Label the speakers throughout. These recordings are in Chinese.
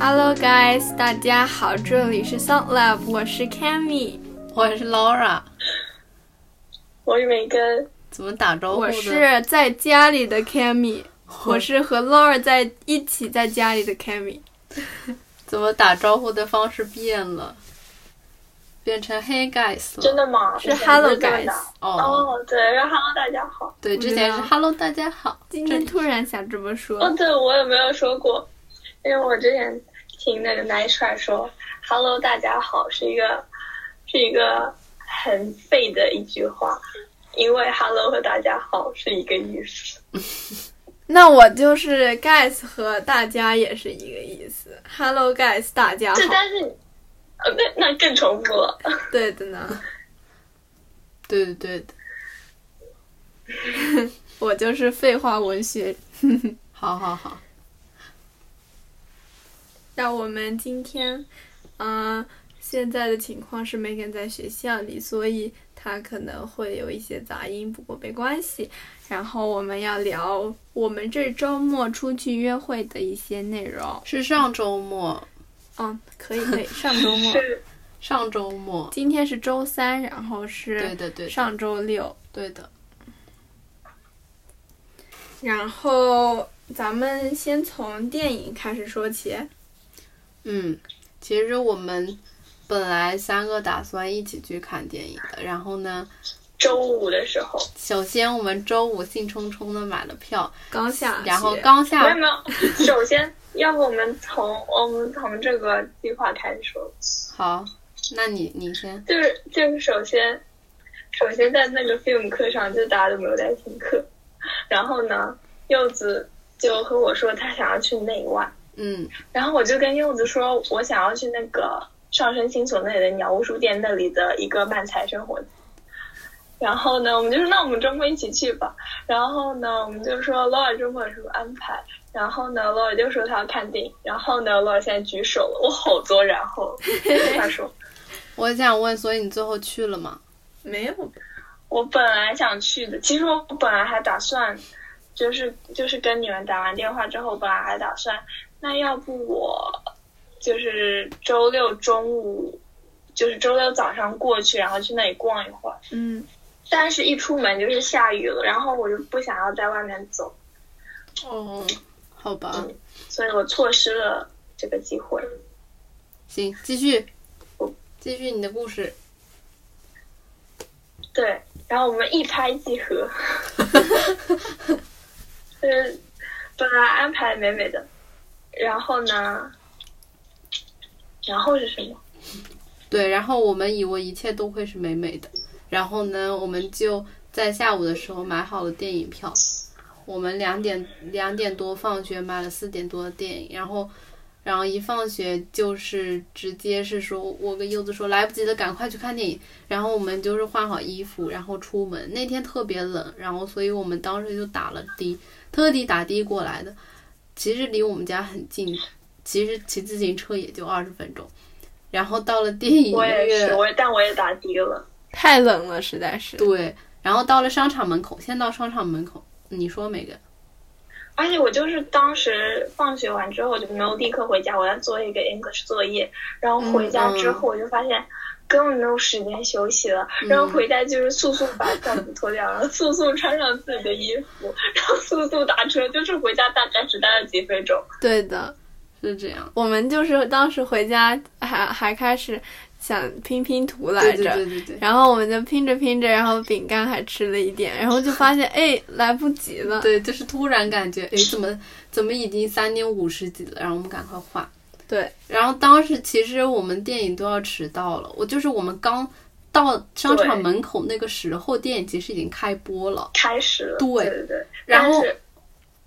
Speaker 1: guys，大家好，这里是 Sound Lab，我是 Cammy，
Speaker 2: 我是 Laura，
Speaker 3: 我是梅根，
Speaker 2: 怎么打招呼
Speaker 1: 哦我哦
Speaker 2: 的？
Speaker 1: 是在家里的 Cammy，我是和 Laura 在一起在家里的 Cammy。
Speaker 2: 怎么打招呼的方式变了，变成 Hey guys 了。
Speaker 3: 真的吗？
Speaker 1: 嗯是 Hello
Speaker 3: 以前不是这么
Speaker 1: guys，
Speaker 3: 的
Speaker 2: 哦，
Speaker 3: 哦，对，然后 Hello 大家好。
Speaker 2: 对，
Speaker 1: 知道
Speaker 2: 之前是 Hello 大家好，
Speaker 1: 今天
Speaker 2: 这
Speaker 1: 突然想这么说，
Speaker 3: 哦，对，我也没有说过，因为我之前听那个 Nice Try 说 “Hello，大家好”是一个是一个很废的一句话，因为 “Hello” 和“大家好”是一个意思。
Speaker 1: 那我就是 guys 和大家也是一个意思。Hello guys，大家啊好
Speaker 3: 这。但是，呃，那那更重复了。
Speaker 1: 对的呢，
Speaker 2: 对对对的，
Speaker 1: 我就是废话文学。
Speaker 2: 好好好，
Speaker 1: 那我们今天，嗯、现在的情况是 Megan 在学校里，所以她可能会有一些杂音，不过没关系。然后我们要聊我们这周末出去约会的一些内容。
Speaker 2: 是上周末，
Speaker 1: 嗯，可以可以，上周 末，
Speaker 3: 是
Speaker 2: 上周末，
Speaker 1: 今天是周三，然后
Speaker 2: 对
Speaker 1: 是
Speaker 2: 的对的
Speaker 1: 上周六，
Speaker 2: 对的，
Speaker 1: 然后咱们先从电影开始说起。
Speaker 2: 嗯，其实我们本来三个打算一起去看电影的，然后呢，
Speaker 3: 周五的时候，
Speaker 2: 首先我们周五兴冲冲的买了票，
Speaker 1: 刚下
Speaker 2: 然后
Speaker 1: 雪
Speaker 2: 刚下
Speaker 3: 啊没有没有。 首先，要不我们从我们从这个计划开始说。
Speaker 2: 好，那你你先，
Speaker 3: 就是就是首先，首先在那个 film 课上，就大家都没有在听课，然后呢，柚子就和我说他想要去内外，
Speaker 2: 嗯
Speaker 3: 然后我就跟柚子说我想要去那个上升星所那里的鸟屋书店那里的一个漫才生活节。然后呢，我们就说那我们周末一起去吧。然后呢，我们就说 Laura 周末有什么安排？然后呢，Laura 就说她要看电影。然后呢，Laura 现在举手了，我好多然后，他说。
Speaker 2: 我想问，所以你最后去了吗？
Speaker 1: 没有
Speaker 3: 我本来想去的，其实我本来还打算，就是就是跟你们打完电话之后，本来还打算，那要不我就是周六中午，就是周六早上过去，然后去那里逛一会儿。
Speaker 1: 嗯，
Speaker 3: 但是，一出门就是下雨了，然后我就不想要在外面走，
Speaker 2: 哦，好吧，
Speaker 3: 嗯所以我错失了这个机会。
Speaker 2: 行，继续，继续你的故事。
Speaker 3: 对，然后我们一拍即合，就是本来安排美美的，然后呢，然后是什么？
Speaker 2: 对，然后我们以为一切都会是美美的，然后呢，我们就在下午的时候买好了电影票。我们两点两点多放学买了四点多的电影，然后，然后一放学就是直接是说，我跟柚子说来不及了，赶快去看电影。然后我们就是换好衣服，然后出门。那天特别冷，然后所以我们当时就打了的，特地打的过来的。其实离我们家很近，其实骑自行车也就二十分钟。然后到了电影
Speaker 3: 我也
Speaker 2: 院
Speaker 3: 是，，我也但我也打的了。
Speaker 1: 太冷了，实在是。
Speaker 2: 对，然后到了商场门口，先到商场门口，你说每个
Speaker 3: 而且我就是当时放学完之后，我就没有立刻回家，我在做一个 English 作业，然后回家之后我就发现根本没有时间休息了，然后回家就是速速把校服脱掉，然后速速穿上自己的衣服，然后速速打车，就是回家大概只待了几分钟。
Speaker 1: 对的，
Speaker 2: 是这样。
Speaker 1: 我们就是当时回家还还开始想拼拼图来着，
Speaker 2: 对对对对对
Speaker 1: 然后我们就拼着拼着，然后饼干还吃了一点，然后就发现 哎来不及了。
Speaker 2: 对，就是突然感觉，哎，怎么怎么已经三点五十几了？然后我们赶快换。
Speaker 1: 对
Speaker 2: 然后当时其实我们电影都要迟到了，我就是我们刚到商场
Speaker 3: 对
Speaker 2: 门口那个时候，电影其实已经开播了。
Speaker 3: 开始了，
Speaker 2: 对
Speaker 3: 对对，
Speaker 2: 然后
Speaker 3: 但是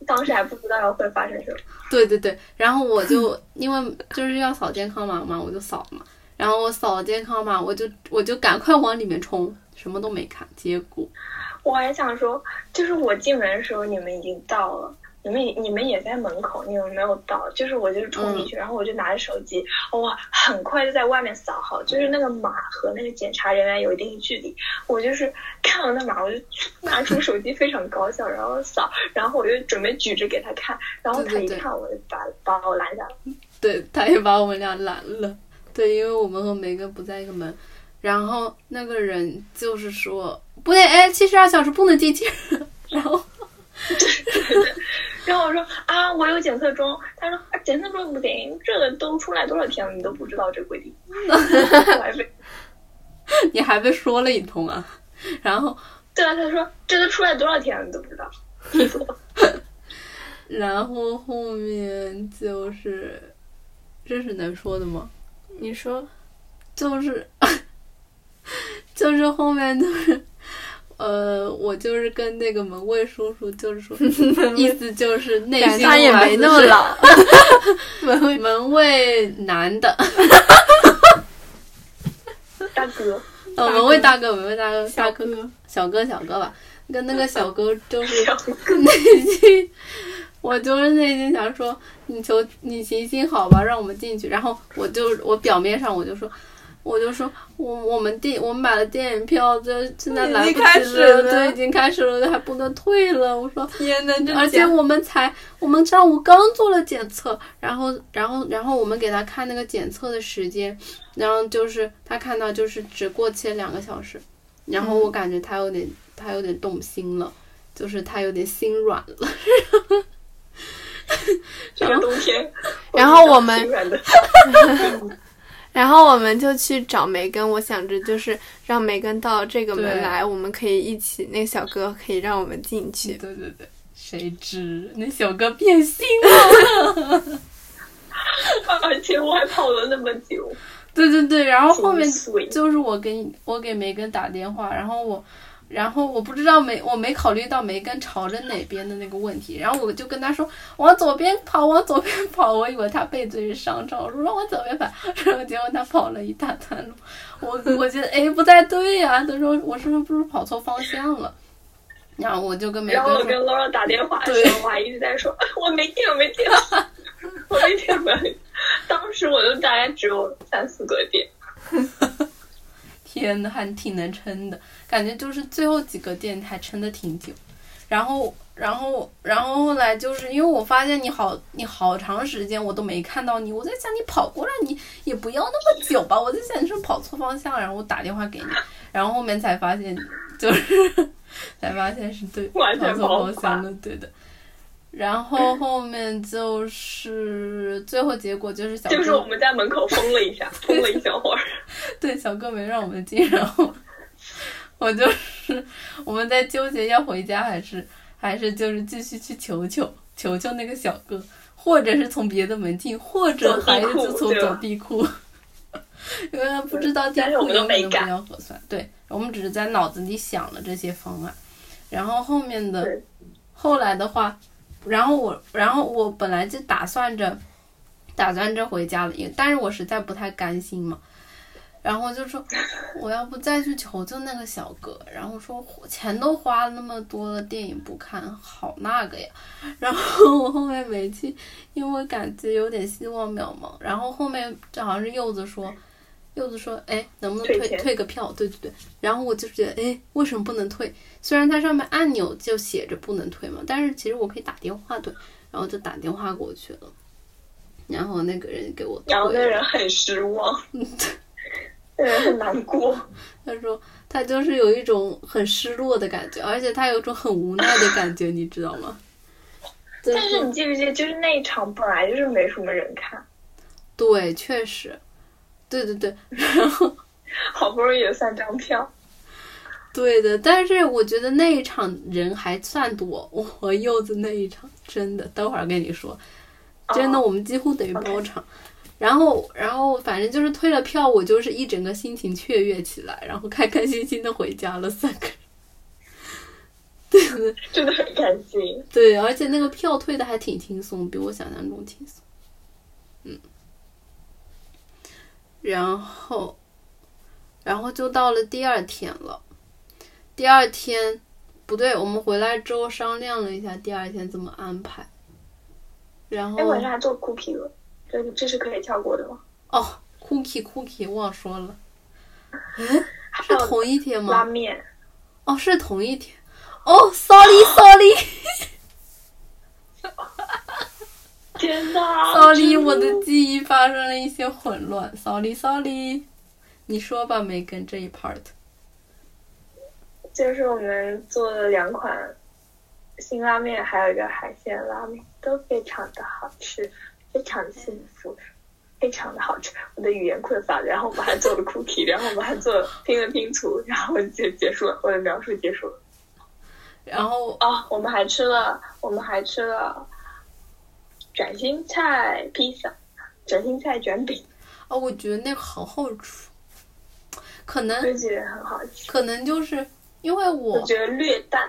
Speaker 3: 当时还不知道会发生什么，
Speaker 2: 对对对，然后我就 因为就是要扫健康码嘛，我就扫嘛，然后我扫了健康码，我就我就赶快往里面冲，什么都没看，结果
Speaker 3: 我还想说，就是我进门的时候你们已经到了，你们也你们也在门口，你们没有到，就是我就是冲
Speaker 2: 嗯
Speaker 3: 进去，然后我就拿着手机，哇，很快就在外面扫号，就是那个码和那个检查人员有一定距离，我就是看到那码，我就拿出手机非常高效，然后扫，然后我就准备举着给他看，然后他
Speaker 2: 对对
Speaker 3: 一
Speaker 2: 对
Speaker 3: 看我就把把我拦下了，
Speaker 2: 对，他也把我们俩拦了。对，因为我们和梅根不在一个门，然后那个人就是说不对，哎，七十二小时不能进去。 然后
Speaker 3: 然后我说啊，我有检测中，他说啊，检测中不行，这个都出来多少天了，你都不知道这规定，我还被
Speaker 2: 你还被说了一通啊。然后，
Speaker 3: 对啊，他说这都出来多少天了，你都不知道， 气死我了。
Speaker 2: 然后后面就是，这是能说的吗？
Speaker 1: 你 说
Speaker 2: 就是 就是后面就是 呃，我就是跟那个门卫叔叔就 是说，意思就是内
Speaker 1: 感
Speaker 2: 心
Speaker 1: 觉他也
Speaker 2: 我还
Speaker 1: 没
Speaker 2: 是
Speaker 1: 那么老，
Speaker 2: 是 门卫男的，
Speaker 3: 大哥，
Speaker 2: 呃，门卫大哥，门卫大哥，大
Speaker 1: 大
Speaker 2: 哥，
Speaker 1: 哥，
Speaker 2: 小哥，小哥吧，跟那个小哥就是
Speaker 3: 然后跟
Speaker 2: 内心，我就是内心想说，你求你行行好吧，让我们进去。然后我就我表面上我就说，我就说我我们订我们买了电影票，这现在
Speaker 1: 已经
Speaker 2: 来不及
Speaker 1: 开始
Speaker 2: 了，
Speaker 1: 了
Speaker 2: 对，已经开始了，还不能退了。我说，
Speaker 1: 天呐，这
Speaker 2: 而且
Speaker 1: 假
Speaker 2: 我们才我们上午刚做了检测，然后然后然后我们给他看那个检测的时间，然后就是他看到就是只过期了两个小时，然后我感觉他有点、他有点动心了，就是他有点心软了。
Speaker 3: 这个冬天，
Speaker 1: 然后我们
Speaker 3: 心软的
Speaker 1: 然后我们就去找梅根，我想着就是让梅根到这个
Speaker 2: 对
Speaker 1: 门来，我们可以一起，那个小哥可以让我们进去。
Speaker 2: 对对对，谁知那小哥变心了。
Speaker 3: 而且我还跑了那么久，
Speaker 2: 对对对，然后后面
Speaker 3: 心碎
Speaker 2: 就是我给我给梅根打电话，然后我。然后我不知道梅，我没考虑到梅根朝着哪边的那个问题，然后我就跟他说往左边跑，往左边跑，我以为他背对着商场，我说让我左边跑，然后结果他跑了一大段路，我我觉得哎不太对呀、他说我是不是不是跑错方向了？然后我就跟梅
Speaker 3: 然
Speaker 2: 根
Speaker 3: 后我
Speaker 2: 说
Speaker 3: 跟 Laura 打电话的
Speaker 2: 对
Speaker 3: 时候，我还一直在说，啊我没听，我没听， 我没听，我没听。当时我就大概只有三四个点，
Speaker 2: 天呐，还挺能撑的，感觉就是最后几个店还撑的挺久。然后，然后，然后后来就是因为我发现你好，你好长时间我都没看到你，我在想你跑过来你也不要那么久吧，我在想你是不是跑错方向，然后我打电话给你，然后后面才发现就是 才发现是对
Speaker 3: 完全
Speaker 2: 跑 错方
Speaker 3: 跑
Speaker 2: 向
Speaker 3: 不
Speaker 2: 了，对的。然后后面就是最后结果就是小
Speaker 3: 就是
Speaker 2: 哥
Speaker 3: 我们在门口疯了一下，疯了一小会儿。
Speaker 2: 对，小哥没让我们进， 然后我就是我们在纠结要回家还是还是就是继续去求求求求那个小哥，或者是从别的门进，或者
Speaker 3: 走地
Speaker 2: 还是
Speaker 3: 库
Speaker 2: 从
Speaker 3: 对吧
Speaker 2: 走地库，因为不知道地
Speaker 3: 但是我
Speaker 2: 库
Speaker 3: 们都
Speaker 2: 有
Speaker 3: 没
Speaker 2: 没有比
Speaker 3: 干
Speaker 2: 较合算。对，我们只是在脑子里想了这些方案，然后后面的
Speaker 3: 对
Speaker 2: 后来的话，然后我然后我本来就打算着。打算着回家了，因为但是我实在不太甘心嘛，然后就说我要不再去求求那个小哥，然后说钱都花了那么多了，电影不看好那个呀。然后我后面没去，因为感觉有点希望渺茫。然后后面这好像是柚子说，柚子说，哎，能不能
Speaker 3: 退
Speaker 2: 退
Speaker 3: 钱
Speaker 2: 退个票？对对对。然后我就觉得，哎，为什么不能退？虽然它上面按钮就写着不能退嘛，但是其实我可以打电话退。然后就打电话过去了，然后那个人给我退
Speaker 3: 然后
Speaker 2: 了。
Speaker 3: 那人很 失望，那人很难过。
Speaker 2: 他说他就是有一种很失落的感觉，而且他有一种很无奈的感觉，你知道 吗？就
Speaker 3: 但是你记不记得，就是那一场本来就是没什么人看，
Speaker 2: 对，确实，对对对，然后
Speaker 3: 好不容易有三张票，
Speaker 2: 对的，但是我觉得那一场人还算多，我和柚子那一场真的，等会儿跟你说，真的，
Speaker 3: 哦
Speaker 2: 我们几乎等于包场。然后，然后反正就是退了票，我就是一整个心情雀跃起来，然后开开心心的回家了。三个人，对对对
Speaker 3: 真的很开心。
Speaker 2: 对，而且那个票退的还挺轻松，比我想象中轻松。嗯，然后，然后就到了第二天了。第二天不对，我们回来之后商量了一下第二天怎么安排，然后
Speaker 3: 哎，晚上还做 cookie 了，这这是可以跳过的吗？
Speaker 2: 哦，cookie cookie 忘说了，
Speaker 3: 还
Speaker 2: 是
Speaker 3: 有
Speaker 2: 同一天
Speaker 3: 拉
Speaker 2: 吗？
Speaker 3: 面，
Speaker 2: 哦，是同一天。哦，sorry sorry
Speaker 3: 天哪
Speaker 2: sorry，
Speaker 3: 真
Speaker 2: 我的记忆发生了一些混乱，sorry sorry。你说吧，梅根这一 part。
Speaker 3: 就是我们做了两款辛拉面，还有一个海鲜拉面，都非常的好吃，非常幸福，非常的好吃。我的语言匮乏，然后我们还做了 cookie，然后我们还做拼了拼图，然后就结束了，我的描述结束了。
Speaker 2: 然后
Speaker 3: 啊、我们还吃了，我们还吃了卷心菜披萨、卷心菜卷饼，
Speaker 2: 哦，我觉得那个好好吃，可能
Speaker 3: 就觉得很好吃，
Speaker 2: 可能就是因为我
Speaker 3: 我觉得略淡。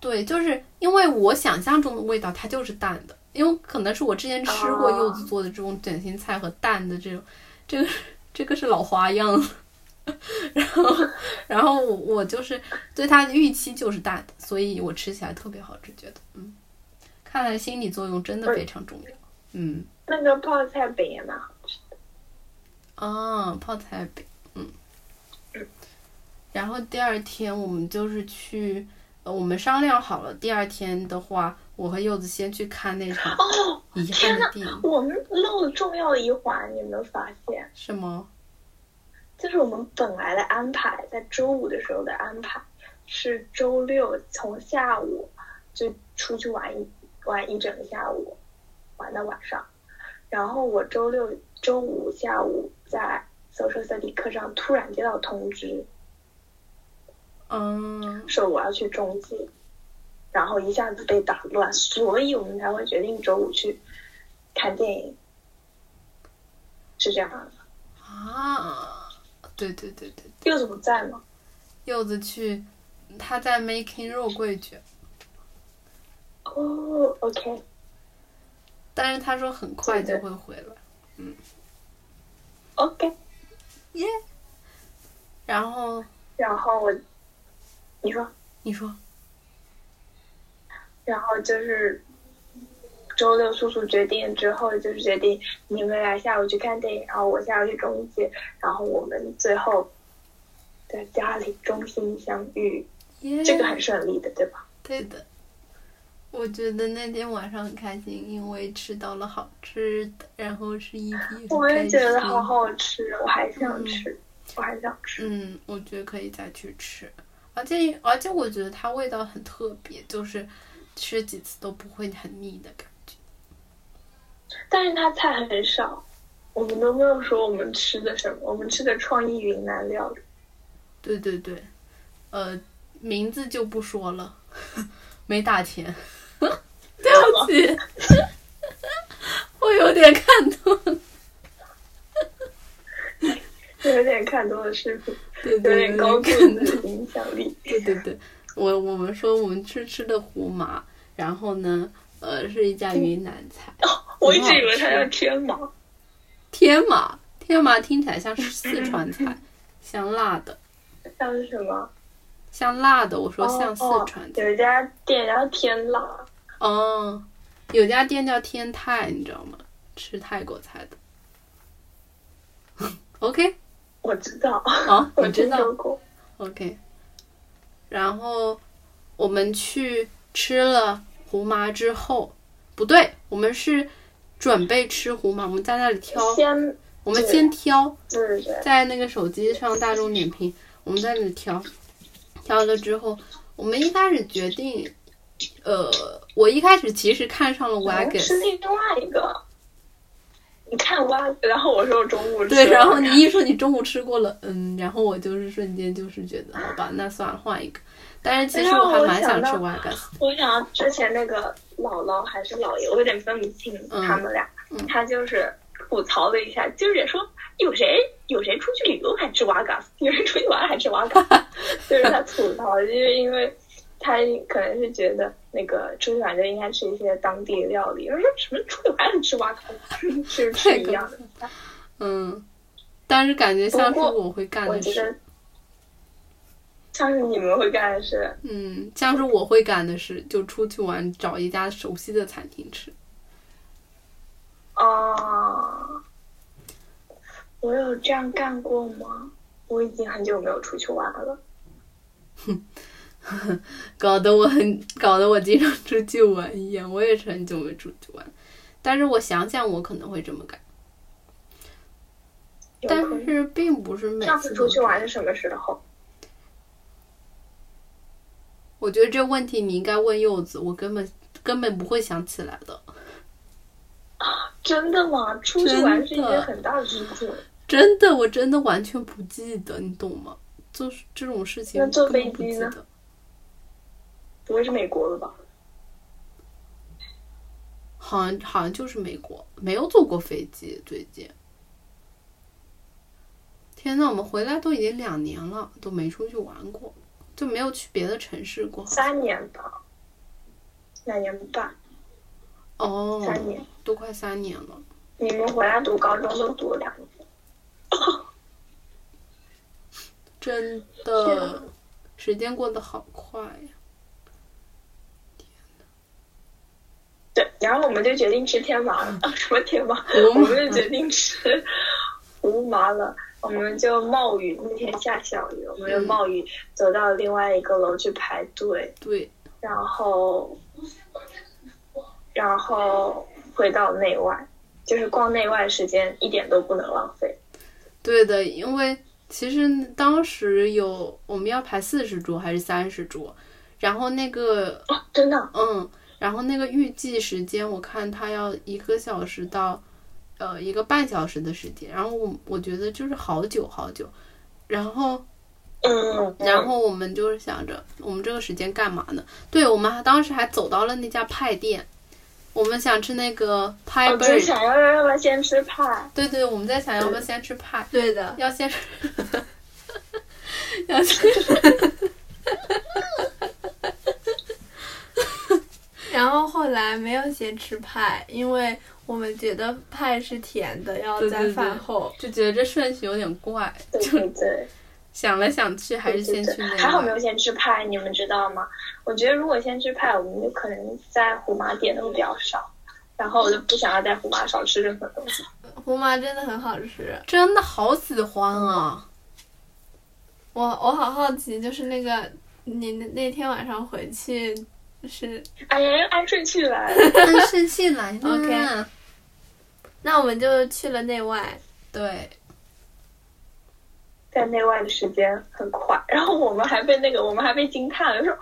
Speaker 2: 对，就是因为我想象中的味道，它就是淡的，因为可能是我之前吃过
Speaker 3: 哦
Speaker 2: 柚子做的这种卷心菜和淡的这种，这个这个是老花样了。 然后，然后我我就是对它的预期就是淡的，所以我吃起来特别好吃，觉得嗯，看来心理作用真的非常重要。嗯，
Speaker 3: 那个泡菜饼也蛮好吃，
Speaker 2: 啊，泡菜饼，嗯。然后第二天我们就是去，呃，我们商量好了，第二天的话，我和柚子先去看那场
Speaker 3: 哦。
Speaker 2: 遗憾
Speaker 3: 天
Speaker 2: 的
Speaker 3: 呐
Speaker 2: 电影，
Speaker 3: 我们漏了重要的一环，你有没有发现？
Speaker 2: 是吗？
Speaker 3: 就是我们本来的安排，在周五的时候的安排是周六从下午就出去玩一玩一整个下午，玩到晚上。然后我周六周五下午在 social study 课上突然接到通知，
Speaker 2: 嗯，
Speaker 3: 说我要去中介，然后一下子被打乱，所以我们才会决定周五去看电影，是这样吗？
Speaker 2: 啊，对对对对，
Speaker 3: 柚子不在吗？
Speaker 2: 柚子去，他在 making 肉桂卷，
Speaker 3: 哦，OK，
Speaker 2: 但是他说很快就会回来。
Speaker 3: OK。
Speaker 2: 然后
Speaker 3: 然后我，你说，
Speaker 2: 你说，
Speaker 3: 然后就是周六叔叔决定之后，就是决定你们俩下午去看电影，然后我下午去中介，然后我们最后在家里中心相遇，
Speaker 2: 耶，
Speaker 3: 这个很顺利的，对吧？
Speaker 2: 对的，我觉得那天晚上很开心，因为吃到了好吃的，然后是一笔
Speaker 3: 我也觉得好好吃，我还想吃，我还想吃。
Speaker 2: 嗯，我觉得可以再去吃，而且而且我觉得它味道很特别，就是吃几次都不会很腻的感觉。
Speaker 3: 但是它菜很少，我们都没有说我们吃的什么，我们吃的创意云南料理。
Speaker 2: 对对对，呃，名字就不说了， 没打 钱， 对不起，我有点看错了，
Speaker 3: 有点看多了视频，
Speaker 2: 对
Speaker 3: 有
Speaker 2: 对对，
Speaker 3: 点高度
Speaker 2: 看
Speaker 3: 的影响 力。
Speaker 2: 对对对，我我们说我们吃吃的胡麻，然后呢，呃，是一家云南菜，
Speaker 3: 我一直以为它叫天麻，
Speaker 2: 天麻，天麻听起来像是四川菜，像辣的，
Speaker 3: 像是什么？
Speaker 2: 像辣的，我说
Speaker 3: 哦
Speaker 2: 像四
Speaker 3: 哦
Speaker 2: 川菜。
Speaker 3: 有一家店叫天辣，
Speaker 2: 哦，有家店叫天泰，你知道吗？吃泰国菜的。OK，
Speaker 3: 我知道，
Speaker 2: 好，
Speaker 3: 我
Speaker 2: 你知
Speaker 3: 听
Speaker 2: 道。
Speaker 3: 说过。
Speaker 2: OK，然后我们去吃了胡麻之后，不对，我们是准备吃胡麻，我们在那里挑，
Speaker 3: 先，
Speaker 2: 我们先挑，
Speaker 3: 对对嗯对，
Speaker 2: 在那个手机上大众点评，我们在那里挑，挑了之后，我们一开始决定，呃，我一开始其实看上了
Speaker 3: 我
Speaker 2: Wagon，
Speaker 3: 是另外一个。你看我，然后我说我中午吃
Speaker 2: 对，然后
Speaker 3: 了
Speaker 2: 你一说你中午吃过了，嗯，然后我就是瞬间就是觉得，好吧，那算了，换一个。但是其实
Speaker 3: 哎呀
Speaker 2: 我还
Speaker 3: 我
Speaker 2: 蛮
Speaker 3: 想
Speaker 2: 想吃
Speaker 3: 到
Speaker 2: Wagon，
Speaker 3: 我想到之前那个姥姥还是姥爷，我有点分不清
Speaker 2: 嗯
Speaker 3: 他们俩。
Speaker 2: 嗯
Speaker 3: 他就是吐槽了一下，就是说有谁有谁出去旅游还吃瓦嘎，有人出去玩还吃 瓦嘎，就是他吐槽，就是因为他可能是觉得那个出去玩就应该吃一些当地料理，而说什么出去玩还吃瓦嘎， 是不是一样的？
Speaker 2: 嗯，但是感觉像是
Speaker 3: 不过
Speaker 2: 我会干
Speaker 3: 我
Speaker 2: 的
Speaker 3: 觉
Speaker 2: 事。
Speaker 3: 得，像是你们会干的事，
Speaker 2: 嗯，像是我会干的事，就出去玩，找一家熟悉的餐厅吃。
Speaker 3: 哦，我有这样干过吗？我已经很久没有出去玩了。
Speaker 2: 搞得我很，搞得我经常出去玩一样。我也是很久没出去玩，但是我想想，我可能会这么干，
Speaker 3: 有
Speaker 2: 但
Speaker 3: 可能
Speaker 2: 是并不是每
Speaker 3: 上
Speaker 2: 次
Speaker 3: 次
Speaker 2: 都
Speaker 3: 出去
Speaker 2: 这
Speaker 3: 玩
Speaker 2: 样
Speaker 3: 是什么时候？
Speaker 2: 我觉得这问题你应该问柚子，我根本根本不会想起来的，
Speaker 3: 真的吗？出去玩是一
Speaker 2: 真的
Speaker 3: 件很大的事情。
Speaker 2: 真的，我真的完全不记得，你懂吗？就是这种事情
Speaker 3: 那坐
Speaker 2: 根本
Speaker 3: 飞
Speaker 2: 不
Speaker 3: 机
Speaker 2: 记
Speaker 3: 呢
Speaker 2: 得。
Speaker 3: 不会是美国了吧？
Speaker 2: 好像好像就是美国，没有坐过飞机最近。天呐，我们回来都已经两年了，都没出去玩过，就没有去别的城市过。
Speaker 3: 三年吧，两年半，
Speaker 2: 哦，
Speaker 3: 三年。
Speaker 2: 都快三年了。
Speaker 3: 你们回来读高中都读了两年，
Speaker 2: 真
Speaker 3: 是啊
Speaker 2: 的，时间过得好快呀！
Speaker 3: 对，然后我们就决定吃天麻了， 啊什么天麻？
Speaker 2: 我
Speaker 3: 我们就决定吃无麻了。我们就冒雨，那天下小雨，我
Speaker 2: 嗯
Speaker 3: 们就冒雨走到另外一个楼去排队，
Speaker 2: 对，
Speaker 3: 然后，然后回到内外，就是逛内外时间一点都不能浪费。
Speaker 2: 对的，因为其实当时有我们要排四十桌还是三十桌，然后那个
Speaker 3: 哦，真的，
Speaker 2: 嗯，然后那个预计时间我看它要一个小时到呃一个半小时的时间，然后我我觉得就是好久好久，然后
Speaker 3: 嗯，
Speaker 2: 然后我们就是想着，我们这个时间干嘛呢？对，我们还当时还走到了那家派店，我们想吃那个派
Speaker 3: 我就
Speaker 2: bird，、
Speaker 3: 哦想要让他先吃派，
Speaker 2: 对对，我们在想要不要先吃派，
Speaker 1: 对的，
Speaker 2: 要先，要先，
Speaker 1: 然后后来没有先吃派，因为我们觉得派是甜的，要
Speaker 2: 对对
Speaker 1: 在
Speaker 2: 对
Speaker 1: 饭后。
Speaker 2: 就觉得这顺序有点怪，
Speaker 3: 对对对。
Speaker 2: 想来想去还是先去
Speaker 3: 对对
Speaker 2: 那
Speaker 3: 对
Speaker 2: 个。
Speaker 3: 还好没有先吃派，你们知道吗？我觉得如果先吃派，我们就可能在胡麻点的会比较少，然后我就不想要在胡麻少吃任何东西。
Speaker 1: 胡麻真的很好吃，
Speaker 2: 真的好喜欢啊！
Speaker 1: 我我好好奇，就是那个你那那天晚上回去是，
Speaker 3: 哎呀，按顺序来，
Speaker 2: 按顺序 来呢。
Speaker 1: OK 那我们就去了内外，
Speaker 2: 对，
Speaker 3: 在内外的时间很快，然后我们还被那个，我们还被惊叹了，说、啊、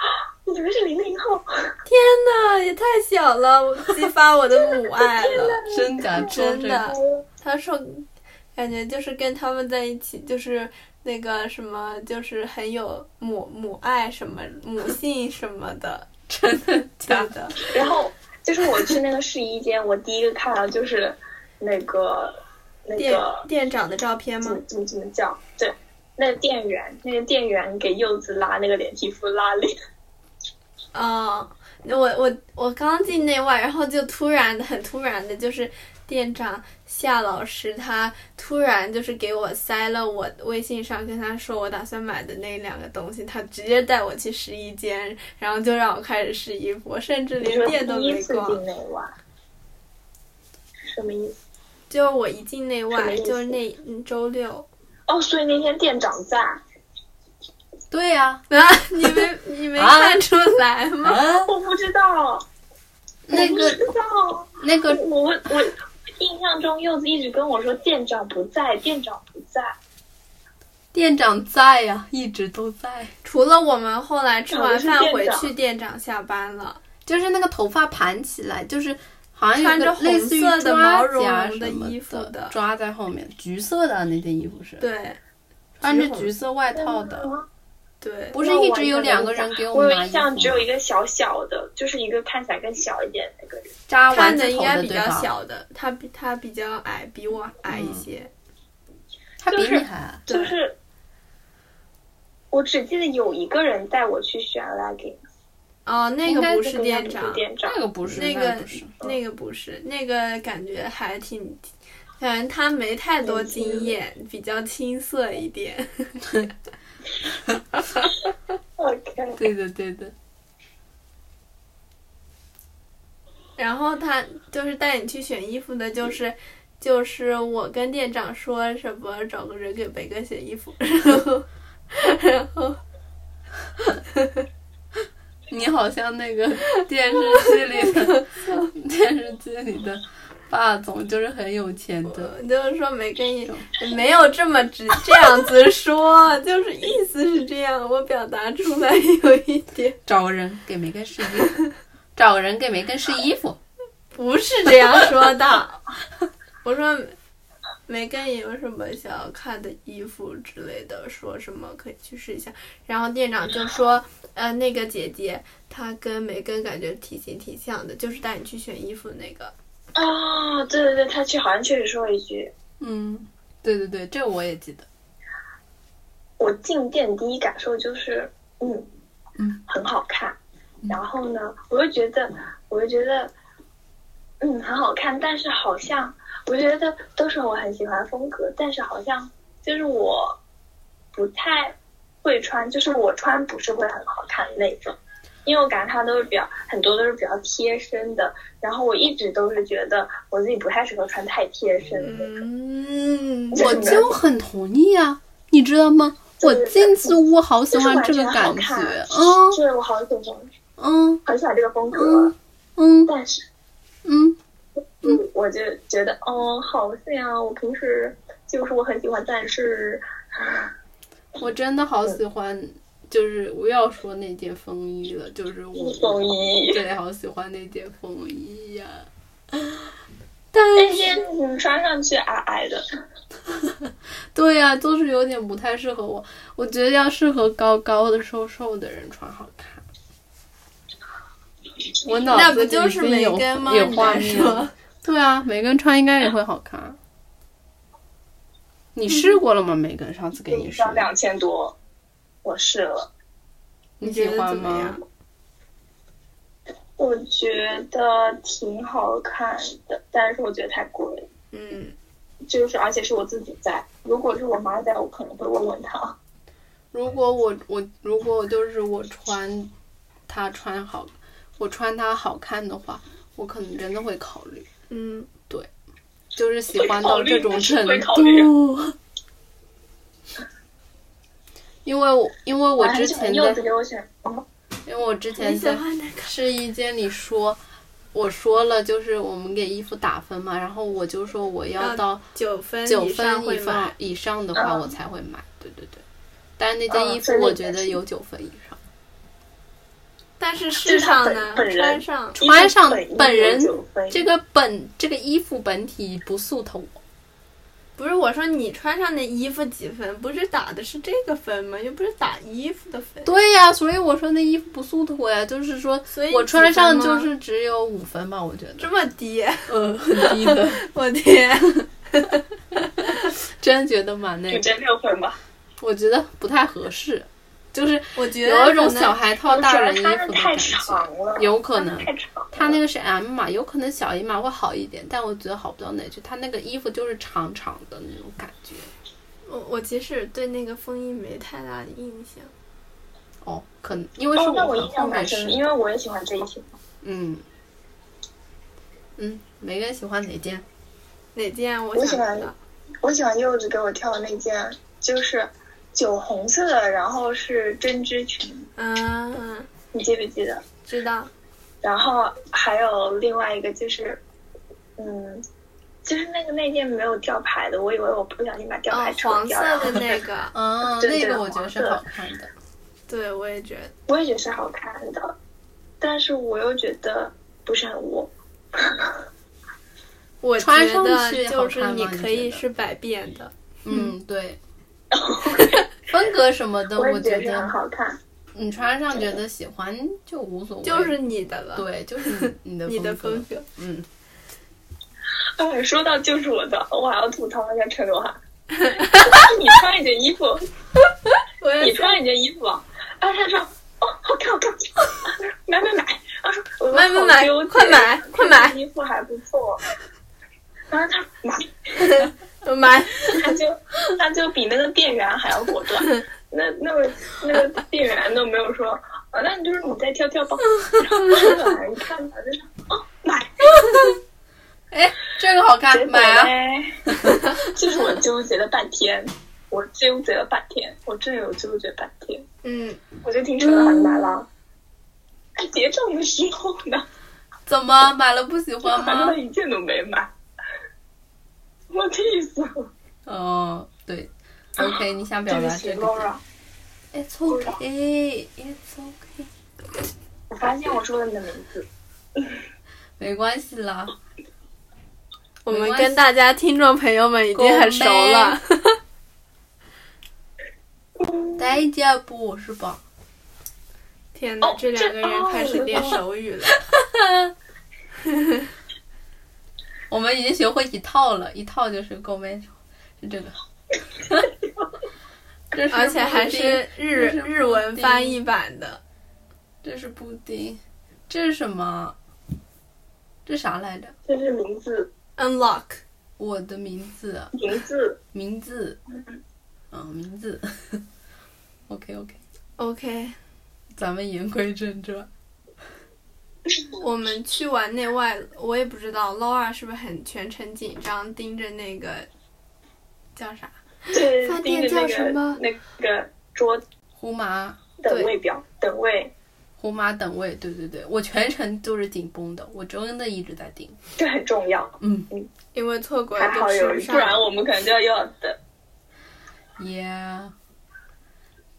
Speaker 3: 你们是零零后，
Speaker 1: 天呐，也太小了， 我激发我的母爱了。
Speaker 2: 真假
Speaker 1: 真的
Speaker 3: 嗯
Speaker 1: 他说，感觉就是跟他们在一起，就是那个什么，就是很有母母爱什么母性什么 的，
Speaker 2: 真的假
Speaker 1: 对
Speaker 2: 的？
Speaker 1: 的。
Speaker 3: 然后就是我去那个试衣间，我第一个看到就是那个那
Speaker 1: 店
Speaker 3: 个
Speaker 1: 店长的照片
Speaker 3: 怎
Speaker 1: 吗
Speaker 3: 么？怎么怎么叫？对，那个店员，那个店员给柚子拉那个脸皮肤拉链，
Speaker 1: 哦，我我我刚进内外，然后就突然的很突然的，就是店长夏老师他突然就是给我塞了我微信上跟他说我打算买的那两个东西，他直接带我去试衣间，然后就让我开始试衣服，我甚至
Speaker 3: 你
Speaker 1: 连
Speaker 3: 说
Speaker 1: 店都
Speaker 3: 第一
Speaker 1: 没
Speaker 3: 次
Speaker 1: 逛
Speaker 3: 进。内湾，什么意思？
Speaker 1: 就是我一进内
Speaker 3: 什么
Speaker 1: 外，
Speaker 3: 意思
Speaker 1: 就是那嗯周六
Speaker 3: 哦，所以那天店长在，
Speaker 2: 对呀、
Speaker 1: 啊，你没你没
Speaker 2: 啊
Speaker 1: 看出来吗？
Speaker 2: 啊，
Speaker 3: 我不知道，
Speaker 2: 那
Speaker 3: 我不
Speaker 2: 个
Speaker 3: 知道，
Speaker 2: 那个
Speaker 3: 我我我印象中柚子一直跟我说店长不在，店长不在，
Speaker 2: 店长在呀、一直都在。
Speaker 1: 除了我们后来吃
Speaker 3: 我
Speaker 1: 完
Speaker 3: 是
Speaker 1: 饭
Speaker 3: 店
Speaker 1: 回
Speaker 3: 长
Speaker 1: 去，店长下班了。
Speaker 2: 就是那个头发盘起来，就是好像
Speaker 1: 穿
Speaker 2: 有一
Speaker 1: 着
Speaker 2: 个
Speaker 1: 红
Speaker 2: 类似于
Speaker 1: 色的毛
Speaker 2: 抓
Speaker 1: 茸
Speaker 2: 夹
Speaker 1: 茸
Speaker 2: 什
Speaker 1: 的
Speaker 2: 么
Speaker 1: 衣服的
Speaker 2: 抓在后面，橘色的那件衣服是
Speaker 1: 对
Speaker 2: 穿着
Speaker 1: 橘红
Speaker 2: 橘色外套的，
Speaker 1: 对，
Speaker 2: 不是一直有两个人给
Speaker 3: 嗯我有
Speaker 2: 们拿衣
Speaker 3: 印
Speaker 2: 服
Speaker 3: 象只有
Speaker 2: 吗？
Speaker 3: 一个小小的，就是一个看起来更小一点的那个人。
Speaker 2: 扎
Speaker 1: 看
Speaker 2: 丸
Speaker 1: 的
Speaker 2: 子
Speaker 1: 应
Speaker 2: 头
Speaker 1: 该
Speaker 2: 的
Speaker 1: 比
Speaker 2: 对嗯
Speaker 1: 较
Speaker 2: 吧？
Speaker 1: 小的，他比他比较矮，比我矮一些。
Speaker 2: 他比
Speaker 3: 就
Speaker 2: 你
Speaker 3: 是
Speaker 2: 还矮
Speaker 1: 对
Speaker 3: 就是我只记得有一个人带我去选 legging，
Speaker 1: 哦，那
Speaker 2: 应
Speaker 1: 个
Speaker 2: 该
Speaker 1: 不
Speaker 2: 是
Speaker 1: 是
Speaker 3: 那
Speaker 1: 店
Speaker 3: 个不
Speaker 1: 长
Speaker 3: 是，店长
Speaker 2: 那，个不是，
Speaker 1: 那
Speaker 2: 个
Speaker 1: 个
Speaker 2: 不是，
Speaker 1: 那个不是，那个感觉还挺，感觉他没太多经验，比较青涩一点。
Speaker 3: OK，
Speaker 2: 对的，对的，
Speaker 1: 然后他就是带你去选衣服的，就是就是我跟店长说什么找个人给北哥选衣服，然后然后
Speaker 2: 你好像那个 电视剧里 的电视剧里的霸总，就是很有钱的。
Speaker 1: 我 就是说没跟你没有这么直这样子说，就是意思是这样，我表达出来有一点
Speaker 2: 找个人给梅根试衣服，找个人给梅根试衣服。
Speaker 1: 不是这样说的， 我说。梅根有什么想要看的衣服之类的，说什么可以去试一下。然后店长就说，呃，那个姐姐她跟梅根感觉体型挺像的，就是带你去选衣服那个。
Speaker 3: 哦，对对对，他去好像确实说了一句，
Speaker 2: 嗯，对对对，这我也记得。
Speaker 3: 我进店第一感受就是，嗯
Speaker 2: 嗯，
Speaker 3: 很好看。然后呢，我又觉得，我又觉得，嗯，很好看，但是好像我觉得都是我很喜欢的风格，但是好像就是我不太会穿，就是我穿不是会很好看的那种，因为我感觉它都是比较很多都是比较贴身的，然后我一直都是觉得我自己不太适合穿太贴身的。
Speaker 1: 嗯，
Speaker 2: 我就很同意啊，你知道吗？我
Speaker 3: 对对对
Speaker 2: 进次屋好喜欢这个感
Speaker 3: 就是
Speaker 2: 觉
Speaker 3: 完全，
Speaker 2: 嗯
Speaker 3: 就是我好喜欢，
Speaker 2: 嗯
Speaker 3: 很喜欢这个风格，
Speaker 2: 嗯嗯
Speaker 3: 但是。
Speaker 2: 嗯，
Speaker 3: 嗯，我就觉得，哦，好像我平时就是我很喜欢，但是
Speaker 2: 我真的
Speaker 3: 嗯
Speaker 2: 好喜欢，就是我要说那件风衣了，就是我
Speaker 3: 风衣。
Speaker 2: 对，好喜欢那件风衣 呀、但
Speaker 3: 那
Speaker 2: 是
Speaker 3: 件你穿上去矮矮的，
Speaker 2: 对呀、就是有点不太适合我。我觉得要适合高高的、瘦瘦的人穿好看。我脑
Speaker 1: 那
Speaker 2: 子
Speaker 1: 不
Speaker 2: 里
Speaker 1: 就
Speaker 2: 已
Speaker 1: 是
Speaker 2: 经
Speaker 1: 梅
Speaker 2: 有
Speaker 1: 根吗？
Speaker 2: 有
Speaker 1: 你
Speaker 2: 画
Speaker 1: 在
Speaker 2: 面
Speaker 1: 说
Speaker 2: 了。对啊，梅根穿应该也会好 看。啊你试过了吗？梅根上次给你试
Speaker 3: 要，两千多，我试了，
Speaker 2: 你喜
Speaker 1: 觉得
Speaker 2: 欢
Speaker 1: 怎么
Speaker 2: 吗
Speaker 1: 样？？
Speaker 3: 我觉得挺好看的，但是我觉得太贵了，
Speaker 1: 嗯，
Speaker 3: 就是而且是我自己在，如果是我妈在，我可能会问问她。
Speaker 2: 如果我我如果我就是我穿它穿好，我穿它好看的话，我可能真的会考虑。
Speaker 1: 嗯，
Speaker 2: 就是喜欢到这种程
Speaker 3: 会考虑
Speaker 2: 度。因为我因为我
Speaker 3: 啊
Speaker 2: 之
Speaker 3: 就很
Speaker 2: 前
Speaker 3: 柚
Speaker 2: 在
Speaker 3: 子，给我选，嗯
Speaker 2: 因为我之
Speaker 1: 你
Speaker 2: 前
Speaker 1: 喜
Speaker 2: 在
Speaker 1: 欢哪个？
Speaker 2: 试衣间里说，我说了就是我们给衣服打分嘛，然后我就说我要
Speaker 1: 要
Speaker 2: 到
Speaker 1: 九分
Speaker 2: 九
Speaker 1: 以上
Speaker 2: 分以
Speaker 1: 会
Speaker 2: 上
Speaker 1: 买。
Speaker 2: 以上的话
Speaker 3: 嗯
Speaker 2: 我才会买，对对对。但是那件
Speaker 3: 嗯
Speaker 2: 衣服
Speaker 3: 所以
Speaker 2: 我
Speaker 3: 你
Speaker 2: 觉得有九分以上，
Speaker 1: 但是
Speaker 3: 就
Speaker 1: 试
Speaker 3: 是
Speaker 1: 上
Speaker 3: 他本
Speaker 1: 呢，
Speaker 3: 本人
Speaker 1: 穿上
Speaker 2: 穿上本人
Speaker 3: 一九分
Speaker 2: 这个本这个衣服本体不速同我。
Speaker 1: 不是我说你穿上的衣服几分？不是打的是这个分吗？又不是打衣服的分。
Speaker 2: 对呀、所以我说那衣服不速妥呀，就是说
Speaker 1: 所以
Speaker 2: 我
Speaker 1: 几
Speaker 2: 穿
Speaker 1: 分
Speaker 2: 上
Speaker 1: 吗
Speaker 2: 就是只有五分吧，我觉得。
Speaker 1: 这么低，
Speaker 2: 呃，很低的，
Speaker 1: 我天！
Speaker 2: 真觉得蛮那
Speaker 3: 你
Speaker 2: 个，
Speaker 3: 这六分吧。
Speaker 2: 我觉得不太合适，就是
Speaker 1: 我觉得
Speaker 2: 有一种
Speaker 1: 可能
Speaker 2: 小孩套大人衣服
Speaker 3: 它
Speaker 2: 的
Speaker 3: 那
Speaker 2: 感
Speaker 3: 太
Speaker 2: 觉。
Speaker 3: 长了，
Speaker 2: 有可能
Speaker 3: 它那太长了。
Speaker 2: 他那个是 M 码，有可能小姨码会好一点，但我觉得好不到哪去。他那个衣服就是长长的那种感觉。
Speaker 1: 我我其实对那个风衣没太大的印象。
Speaker 2: 哦，可能因为是
Speaker 3: 哦，那
Speaker 2: 我
Speaker 3: 我
Speaker 2: 们
Speaker 3: 印
Speaker 2: 后
Speaker 3: 象
Speaker 2: 面
Speaker 3: 蛮
Speaker 2: 试
Speaker 3: 深的，
Speaker 2: 的，
Speaker 3: 因为我也喜欢这一件。
Speaker 2: 嗯嗯，每个人喜欢哪件？
Speaker 1: 哪件我
Speaker 3: 我喜
Speaker 1: 想
Speaker 3: 欢
Speaker 1: 知道。
Speaker 3: 我喜欢柚子给我挑的那件，就是酒红色的，然后是针织裙，
Speaker 1: 嗯，嗯
Speaker 3: 你记不记得？
Speaker 1: 知道。
Speaker 3: 然后还有另外一个就是，嗯，就是那个那件没有吊牌的，我以为我不小心把吊
Speaker 1: 哦
Speaker 3: 牌，扯
Speaker 1: 黄色
Speaker 3: 掉了。
Speaker 1: 的那个，
Speaker 2: 啊，
Speaker 3: 对
Speaker 2: 那
Speaker 3: 对
Speaker 2: 个我觉得是
Speaker 3: 嗯黄
Speaker 2: 好
Speaker 3: 色
Speaker 2: 看的。
Speaker 1: 对我也觉得。
Speaker 3: 我也觉得是好看的，但是我又觉得不是很我。
Speaker 1: 我觉
Speaker 2: 穿上
Speaker 1: 得
Speaker 2: 去好
Speaker 1: 就是
Speaker 2: 看吗
Speaker 1: 可
Speaker 2: 你觉
Speaker 1: 以
Speaker 2: 得
Speaker 1: 是百变的，
Speaker 2: 嗯，对，风格什么的，
Speaker 3: 我
Speaker 2: 我
Speaker 3: 也
Speaker 2: 觉
Speaker 3: 觉得是很
Speaker 2: 得
Speaker 3: 好看。
Speaker 2: 你穿上觉得喜欢就无所谓，
Speaker 1: 就是你的了，
Speaker 2: 对，就是你嗯
Speaker 1: 你
Speaker 2: 你
Speaker 1: 的
Speaker 2: 的格
Speaker 1: 风格。
Speaker 2: 嗯，
Speaker 3: 哎，说到就是我的，我还要吐槽一下陈 罗涵。就是你穿一件衣服，
Speaker 1: 我也
Speaker 3: 你
Speaker 1: 想
Speaker 3: 穿一件衣服啊，然后他说哦，好看好看，买买买，然后说我
Speaker 1: 买买买
Speaker 3: 好纠结
Speaker 1: 快买快买
Speaker 3: 这件衣服还不错。然后他买，
Speaker 1: 我买，
Speaker 3: 他就他就比那个店员还要果断。那那个那个店员都没有说，啊，那你就是你再挑挑 吧。然后老板一看他就说，哦，买。
Speaker 2: 哎，这个好
Speaker 3: 结
Speaker 2: 看，
Speaker 3: 果
Speaker 2: 买啊！
Speaker 3: 呢， 就是我纠结了半天，我纠结了半天，我真的有纠结半天，
Speaker 1: 嗯，
Speaker 3: 我就听说老板买了。哎，结账的时候呢，
Speaker 2: 怎么买了不喜
Speaker 1: 啊
Speaker 2: 欢
Speaker 3: 反正
Speaker 2: 吗
Speaker 3: 他？一件都没买，我气死了。
Speaker 2: 哦，对，OK，你
Speaker 1: 啊
Speaker 2: 想表
Speaker 3: 对不
Speaker 2: 达
Speaker 3: 起
Speaker 2: 这个哎
Speaker 3: Laura，
Speaker 2: ？It's OK，It's OK，
Speaker 3: 我发现我说了你的名字。
Speaker 2: 没关系啦。
Speaker 1: 我
Speaker 2: 没
Speaker 1: 们
Speaker 2: 关系
Speaker 1: 跟大家听众朋友们已经很熟了。
Speaker 2: 大家不，我是宝。
Speaker 1: 天哪，
Speaker 3: 哦
Speaker 1: 这两个
Speaker 3: 这
Speaker 1: 人
Speaker 3: 哦
Speaker 1: 开始练手语了。
Speaker 2: 我们已经学会一套了，一套就是够 m a 是这个。这是
Speaker 1: 而且还
Speaker 2: 布丁
Speaker 1: 是日
Speaker 2: 这是布丁
Speaker 1: 日文翻译版的，
Speaker 2: 这是布丁，这是什么？这啥来着？
Speaker 3: 这是名字，
Speaker 1: 《Unlock》
Speaker 2: 我的名字，啊
Speaker 3: 名字，
Speaker 2: 名字，嗯，名字。OK OK，。
Speaker 1: OK，
Speaker 2: 咱们言归正传。
Speaker 1: 我们去完内外，我也不知道 Laura 是不是很全程紧张盯着那个叫啥？
Speaker 3: 这
Speaker 1: 饭
Speaker 3: 盯
Speaker 1: 店
Speaker 3: 着那
Speaker 1: 叫什么
Speaker 3: 个那个桌
Speaker 2: 胡麻，
Speaker 3: 等位表，等位，
Speaker 2: 胡麻等位，对对对，我全程都是紧绷的，我真的一直在盯。
Speaker 3: 这很重要。
Speaker 2: 嗯
Speaker 1: 因为错过
Speaker 3: 还
Speaker 1: 了就
Speaker 3: 好
Speaker 1: 吃
Speaker 3: 有
Speaker 1: 不
Speaker 3: 人，
Speaker 1: 上
Speaker 3: 不。然我们可能就要又要等。
Speaker 2: ，Yeah。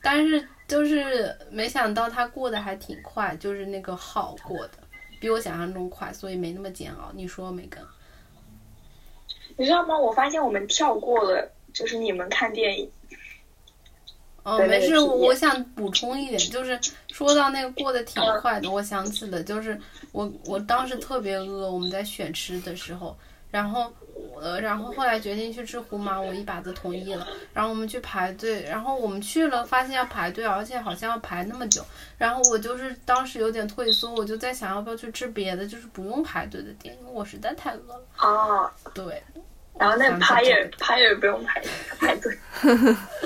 Speaker 2: 但是就是没想到他过得还挺快，就是那个号过的比我想象中快，所以没那么煎熬。你说梅根？
Speaker 3: 你知道吗？我发现我们跳过了，就是你们看电影，
Speaker 2: 哦，
Speaker 3: 对那
Speaker 2: 没
Speaker 3: 个
Speaker 2: 事，
Speaker 3: 体
Speaker 2: 我
Speaker 3: 验
Speaker 2: 我想补充一点，就是说到那个过得挺快的，我想起了，就是我我当时特别饿，我们在选吃的时候，然后呃，然后后来决定去吃胡麻，我一把子同意了，然后我们去排队，然后我们去了，发现要排队，而且好像要排那么久，然后我就是当时有点退缩，我就在想要不要去吃别的，就是不用排队的店，因为我实在太饿了。
Speaker 3: 啊，
Speaker 2: 对，
Speaker 3: 然后那
Speaker 2: 我就想
Speaker 3: 拍
Speaker 2: 起
Speaker 3: 也
Speaker 2: 这个
Speaker 3: 拍也不用排排队，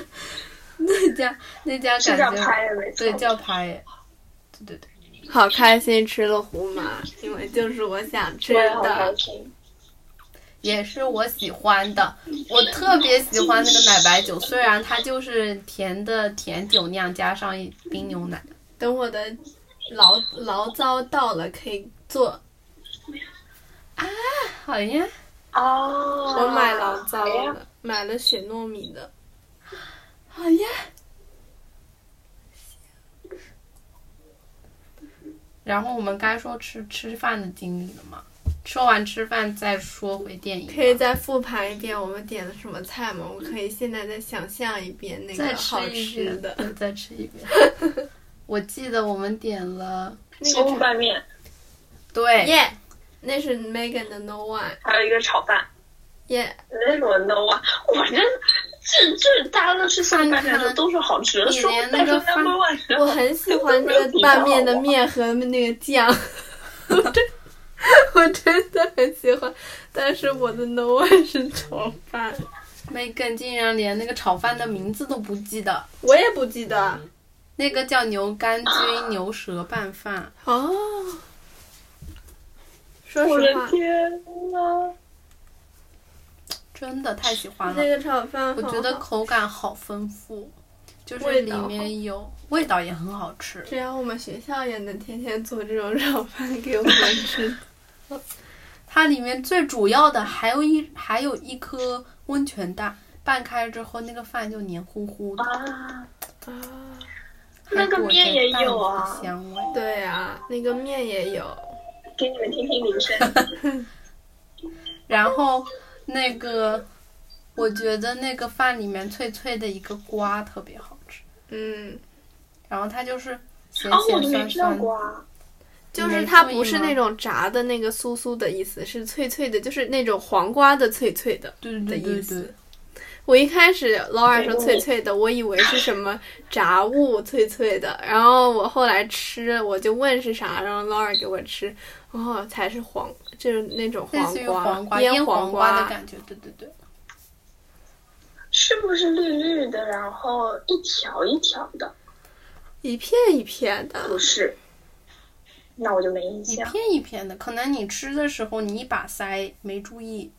Speaker 2: 那家那家
Speaker 3: 是这样
Speaker 2: 感觉
Speaker 3: 拍也没错
Speaker 2: 对。叫排耶，对对对。
Speaker 1: 好开心吃了胡麻，因为就是我想吃
Speaker 3: 我也好开
Speaker 1: 的。
Speaker 3: 心。
Speaker 2: 也是我喜欢的，我特别喜欢那个奶白酒，虽然它就是甜的甜酒酿加上一冰牛奶。
Speaker 1: 等我的牢牢骚到了，可以做。
Speaker 2: 好呀，
Speaker 3: 哦，
Speaker 1: 我买醪糟
Speaker 3: 哎呀
Speaker 1: 了，买了雪糯米的。
Speaker 2: 好呀。然后我们该说吃吃饭的经历了吗？说完吃饭再说回电影吧。
Speaker 1: 可以再复盘一遍我们点了什么菜吗？我可以现在再想象一遍那
Speaker 2: 再
Speaker 1: 个
Speaker 2: 吃
Speaker 1: 好
Speaker 2: 一
Speaker 1: 吃
Speaker 2: 遍
Speaker 1: 的，
Speaker 2: 对再吃一遍。 我记得我们点了，
Speaker 1: 那个
Speaker 3: 蘑菇
Speaker 1: 炒
Speaker 3: 拌面，
Speaker 2: 对
Speaker 1: 耶那是 Megan 的 No One
Speaker 3: 还有一个炒饭。
Speaker 1: 耶、
Speaker 3: 那轮到我，我这这这大家都吃饭拌面的时候都说好吃，
Speaker 2: 你
Speaker 3: 说
Speaker 2: 连那
Speaker 3: 但是
Speaker 2: 个
Speaker 3: number one 时
Speaker 1: 我
Speaker 3: 候
Speaker 1: 很喜欢那个拌面的面和那个酱，我真我真的很喜欢，但是我的 No One 是炒饭，
Speaker 2: ，Megan 竟然连那个炒饭的名字都不记得。
Speaker 1: 我也不记得
Speaker 2: 那个叫牛肝菌牛舌拌饭，
Speaker 1: 哦。说
Speaker 3: 我
Speaker 1: 实
Speaker 3: 的
Speaker 1: 话，
Speaker 3: 天呐，
Speaker 2: 真的太喜欢
Speaker 1: 那
Speaker 2: 了。
Speaker 1: 个炒饭
Speaker 2: 我
Speaker 1: 好
Speaker 2: 觉得
Speaker 1: 好
Speaker 2: 口感好丰富，就是
Speaker 1: 味
Speaker 2: 里
Speaker 1: 道
Speaker 2: 面有味道也很好吃。
Speaker 1: 只要我们学校也能天天做这种炒饭给我们吃，
Speaker 2: 它里面最主要的还有一还有一颗温泉蛋，拌开之后那个饭就黏糊糊的，
Speaker 3: 啊，
Speaker 1: 啊，
Speaker 3: 那个
Speaker 2: 还裹着
Speaker 3: 面也
Speaker 2: 蛋
Speaker 3: 有
Speaker 2: 的
Speaker 3: 啊
Speaker 2: 香味。
Speaker 1: 对啊，那个面也有，
Speaker 3: 给你们听听铃声。
Speaker 2: 然后那个，我觉得那个饭里面脆脆的一个瓜特别好吃，
Speaker 1: 嗯，
Speaker 2: 然后它就是咸
Speaker 3: 哦，
Speaker 2: 咸
Speaker 3: 我都没
Speaker 2: 酸
Speaker 3: 吃到
Speaker 2: 酸的
Speaker 3: 过啊。
Speaker 1: 就是它
Speaker 2: 没注意
Speaker 1: 不是
Speaker 2: 吗
Speaker 1: 那种炸的那个酥酥的意思，是脆脆的，就是那种黄瓜的脆脆的。
Speaker 2: 对对
Speaker 1: 的
Speaker 2: 对
Speaker 1: 意
Speaker 2: 对
Speaker 1: 思。我一开始老尔
Speaker 3: 对
Speaker 1: 说
Speaker 3: 我
Speaker 1: 脆脆的，我以为是什么炸物脆脆的，然后我后来吃，我就问是啥，然后老尔给我吃，哦，才是黄，就是那种
Speaker 2: 类似于
Speaker 1: 瓜，
Speaker 2: 黄瓜
Speaker 1: 腌
Speaker 2: 腌黄
Speaker 1: 瓜
Speaker 2: 的感觉，对对对，
Speaker 3: 是不是绿绿的，然后一条一条的？
Speaker 1: 一片一片
Speaker 3: 不
Speaker 1: 的，
Speaker 3: 是，那我就没印
Speaker 2: 一
Speaker 3: 象。
Speaker 2: 片一片的，可能你吃的时候你一把塞没注意，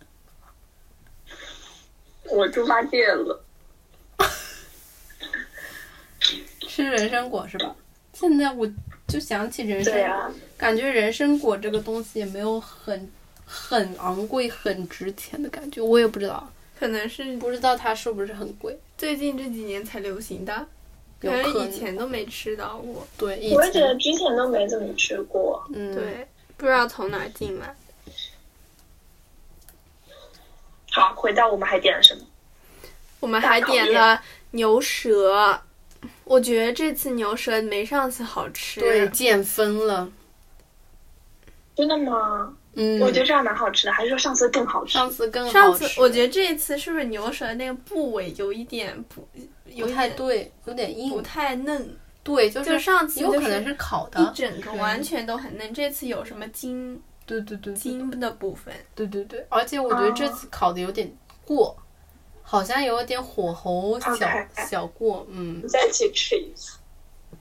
Speaker 3: 我猪八戒了，
Speaker 2: 吃人参果是吧？现在我就想起人参
Speaker 3: 对啊，
Speaker 2: 感觉人参果这个东西也没有很很昂贵、很值钱的感觉，我也不知道，
Speaker 1: 可能是
Speaker 2: 不知道它是不是很贵，
Speaker 1: 最近这几年才流行的，
Speaker 2: 有
Speaker 1: 可
Speaker 2: 可
Speaker 1: 能以
Speaker 2: 能。
Speaker 1: 前都没吃到过。
Speaker 2: 对，以
Speaker 3: 我也觉得
Speaker 2: 前
Speaker 3: 之前都没怎么吃过。
Speaker 2: 嗯，
Speaker 1: 对，不知道从哪儿进来。
Speaker 3: 好，回到我们还点了什么？
Speaker 1: 我们还点了牛舌，我觉得这次牛舌没上次好吃。
Speaker 2: 对，减分了。
Speaker 3: 真的吗？
Speaker 2: 嗯，
Speaker 3: 我觉得这样蛮好吃的，还是说上次更好吃？
Speaker 2: 上次更好吃，
Speaker 1: 上次我觉得这一次是不是牛舌那个部位有一点不，有
Speaker 2: 不
Speaker 1: 一
Speaker 2: 太
Speaker 1: 点
Speaker 2: 对，有点
Speaker 1: 不
Speaker 2: 硬。
Speaker 1: 太嫩，
Speaker 2: 对，就
Speaker 1: 就是上次
Speaker 2: 有
Speaker 1: 就
Speaker 2: 可能
Speaker 1: 是
Speaker 2: 是嗯烤的
Speaker 1: 一。整个完全都很嫩，这次有什么筋
Speaker 2: 对对对对
Speaker 1: 筋的部分，
Speaker 2: 对对对，而且我觉得这次烤的有点过，好像有点火候小
Speaker 3: OK
Speaker 2: 小过。嗯
Speaker 3: 你，再去吃一次。
Speaker 2: 哦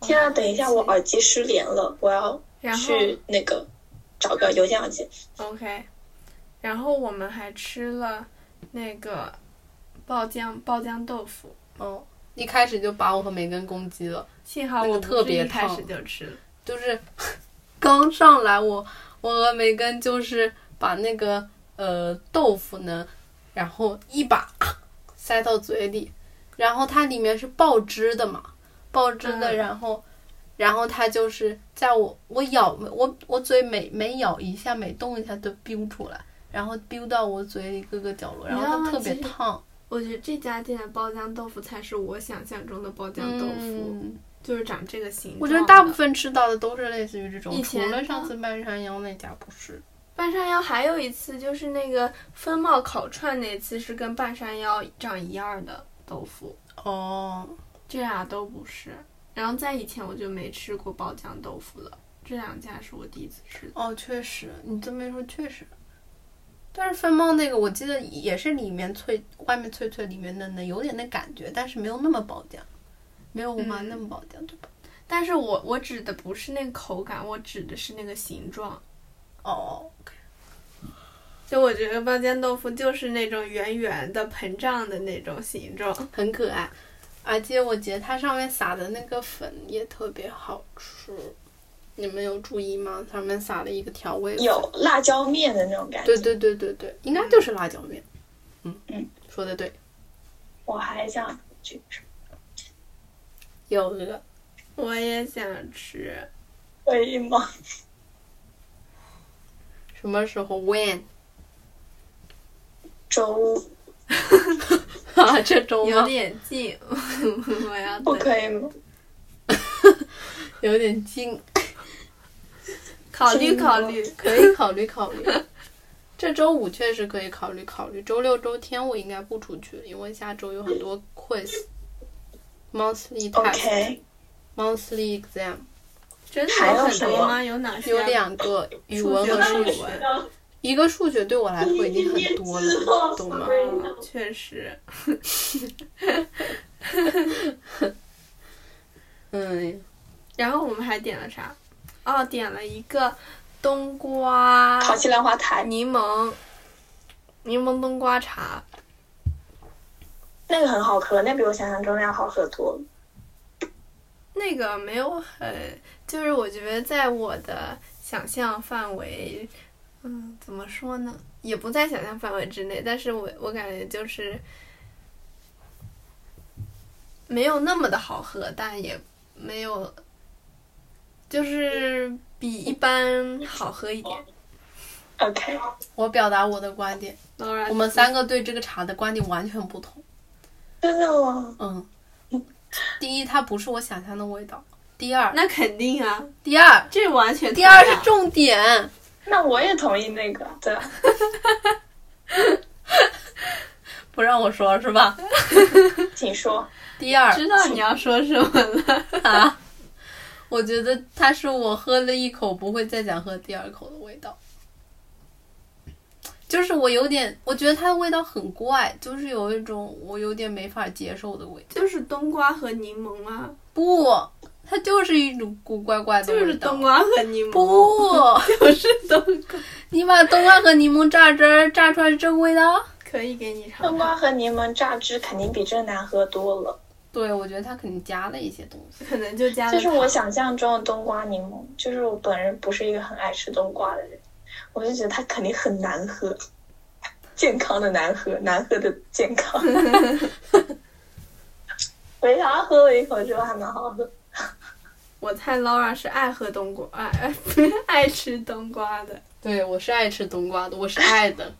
Speaker 3: 天啊，等一下，我耳机失联了，我要
Speaker 1: 然后
Speaker 3: 去那个找个邮件邮件。
Speaker 1: OK，然后我们还吃了那个爆浆爆浆豆腐，
Speaker 2: 哦，一开始就把我和梅根攻击了。
Speaker 1: 幸好
Speaker 2: 那个
Speaker 1: 我
Speaker 2: 特
Speaker 1: 不是
Speaker 2: 别
Speaker 1: 一开
Speaker 2: 烫
Speaker 1: 始就吃了。
Speaker 2: 就是 刚上来我，我和梅根就是把那个呃豆腐呢，然后一把塞到嘴里，然后它里面是爆汁的嘛，爆汁的，
Speaker 1: 嗯
Speaker 2: 然后然后它就是在我我咬我我嘴每每咬一下每动一下都飙出来，然后飙到我嘴里各个角落，然后
Speaker 1: 你
Speaker 2: 它
Speaker 1: 知道吗
Speaker 2: 特别
Speaker 1: 其实
Speaker 2: 烫，
Speaker 1: 我觉得这家店的爆浆豆腐才是我想象中的爆浆豆腐，
Speaker 2: 嗯
Speaker 1: 就是长这个形状的。
Speaker 2: 我觉得大部分吃到的都是类似于这种，
Speaker 1: 以
Speaker 2: 除
Speaker 1: 前
Speaker 2: 了
Speaker 1: 的
Speaker 2: 上次半山腰那家不是。
Speaker 1: 半山腰还有一次就是那个风貌烤串那次是跟半山腰长一样的豆腐，
Speaker 2: 哦，
Speaker 1: 这俩都不是。然后在以前我就没吃过爆浆豆腐了，这两家是我第一次吃的。
Speaker 2: 哦，确实，你这么一说确实。但是分猫那个，我记得也是里面脆，外面脆脆，里面嫩嫩，有点那感觉，但是没有那么爆浆，没有我妈
Speaker 1: 嗯
Speaker 2: 那么爆浆，对吧？
Speaker 1: 但是我我指的不是那个口感，我指的是那个形状。
Speaker 2: 哦，
Speaker 1: 就我觉得爆浆豆腐就是那种圆圆的、膨胀的那种形状。
Speaker 2: 很可爱，而且我觉得它上面撒的那个粉也特别好吃，你们有注意吗？上面撒了一个调味粉，
Speaker 3: 有辣椒面的那种
Speaker 2: 嗯
Speaker 3: 感觉。
Speaker 2: 对对对对对，应该就是辣椒面。嗯
Speaker 3: 嗯，
Speaker 2: 说的对，
Speaker 3: 我还想去吃，
Speaker 2: 有这个
Speaker 1: 我也想吃。
Speaker 3: 可以吗？
Speaker 2: 什么时候 when
Speaker 3: 周五
Speaker 2: 啊？这周
Speaker 1: 有
Speaker 2: 吗？
Speaker 1: 点近， 我要
Speaker 3: 不
Speaker 1: 等
Speaker 3: 可以吗？
Speaker 2: 有点近，
Speaker 1: 考虑考虑。
Speaker 2: 可以考虑考虑。 这周五确实可以考虑考虑，周六周天我应该不出去，因为下周有很多 quiz、monthly test、
Speaker 3: OK，
Speaker 2: monthly exam，
Speaker 1: 真的
Speaker 3: 还有
Speaker 1: 有很
Speaker 3: 什
Speaker 1: 多
Speaker 3: 么
Speaker 1: 吗？有哪些？
Speaker 2: 有两个语文和
Speaker 1: 数
Speaker 2: 数
Speaker 1: 学
Speaker 2: 学，一个数学对我来说已经很多了，懂吗？
Speaker 1: 啊，确实。
Speaker 2: 嗯，
Speaker 1: 然后我们还点了啥？哦，点了一个冬瓜
Speaker 3: 好西兰花台
Speaker 1: 柠檬柠檬冬瓜茶，
Speaker 3: 那个很好喝，那比我想象中的要好喝多了。
Speaker 1: 那个没有很，就是我觉得在我的想象范围，嗯，怎么说呢？也不在想象范围之内，但是我我感觉就是没有那么的好喝，但也没有，就是比一般好喝一点。
Speaker 3: OK，
Speaker 2: 我表达我的观点，
Speaker 1: Laura，
Speaker 2: 我们三个对这个茶的观点完全不同。
Speaker 3: 真的哦吗？
Speaker 2: 嗯，第一，它不是我想象的味道；第二，
Speaker 1: 那肯定啊，
Speaker 2: 第二，
Speaker 1: 这完全
Speaker 2: 第二是
Speaker 1: 重
Speaker 2: 重点。
Speaker 3: 那我也同意那个，对，
Speaker 2: 不让我说是吧？
Speaker 3: 请说。
Speaker 2: 第二
Speaker 1: 知道你要说什么了。
Speaker 2: 啊， 我觉得它是我喝了一口不会再想喝第二口的味道，就是我有点，我觉得它的味道很怪，就是有一种我有点没法接受的味道。
Speaker 1: 就是冬瓜和柠檬啊，
Speaker 2: 不，它就是一种古怪怪的
Speaker 1: 就
Speaker 2: 味道。
Speaker 1: 是冬瓜和柠檬，
Speaker 2: 不，
Speaker 1: 就是 冬瓜。
Speaker 2: 你把冬瓜和柠檬榨汁儿榨出来是这个味道？
Speaker 1: 可以给你尝
Speaker 3: 冬瓜
Speaker 1: 尝，
Speaker 3: 和柠檬榨汁肯定比这难喝多了，
Speaker 2: 对，我觉得它肯定加了一些东西。
Speaker 1: 可能就加了
Speaker 3: 这
Speaker 1: 糖。
Speaker 3: 是我想象中的冬瓜柠檬。就是我本人不是一个很爱吃冬瓜的人，我就觉得它肯定很难喝，健康的难喝，难喝的健康。没啥，喝了一口之后还蛮好喝。
Speaker 1: 我猜 Laura 是爱喝冬瓜， 爱爱爱吃冬瓜的，
Speaker 2: 对，我是爱吃冬瓜的，我是爱 的。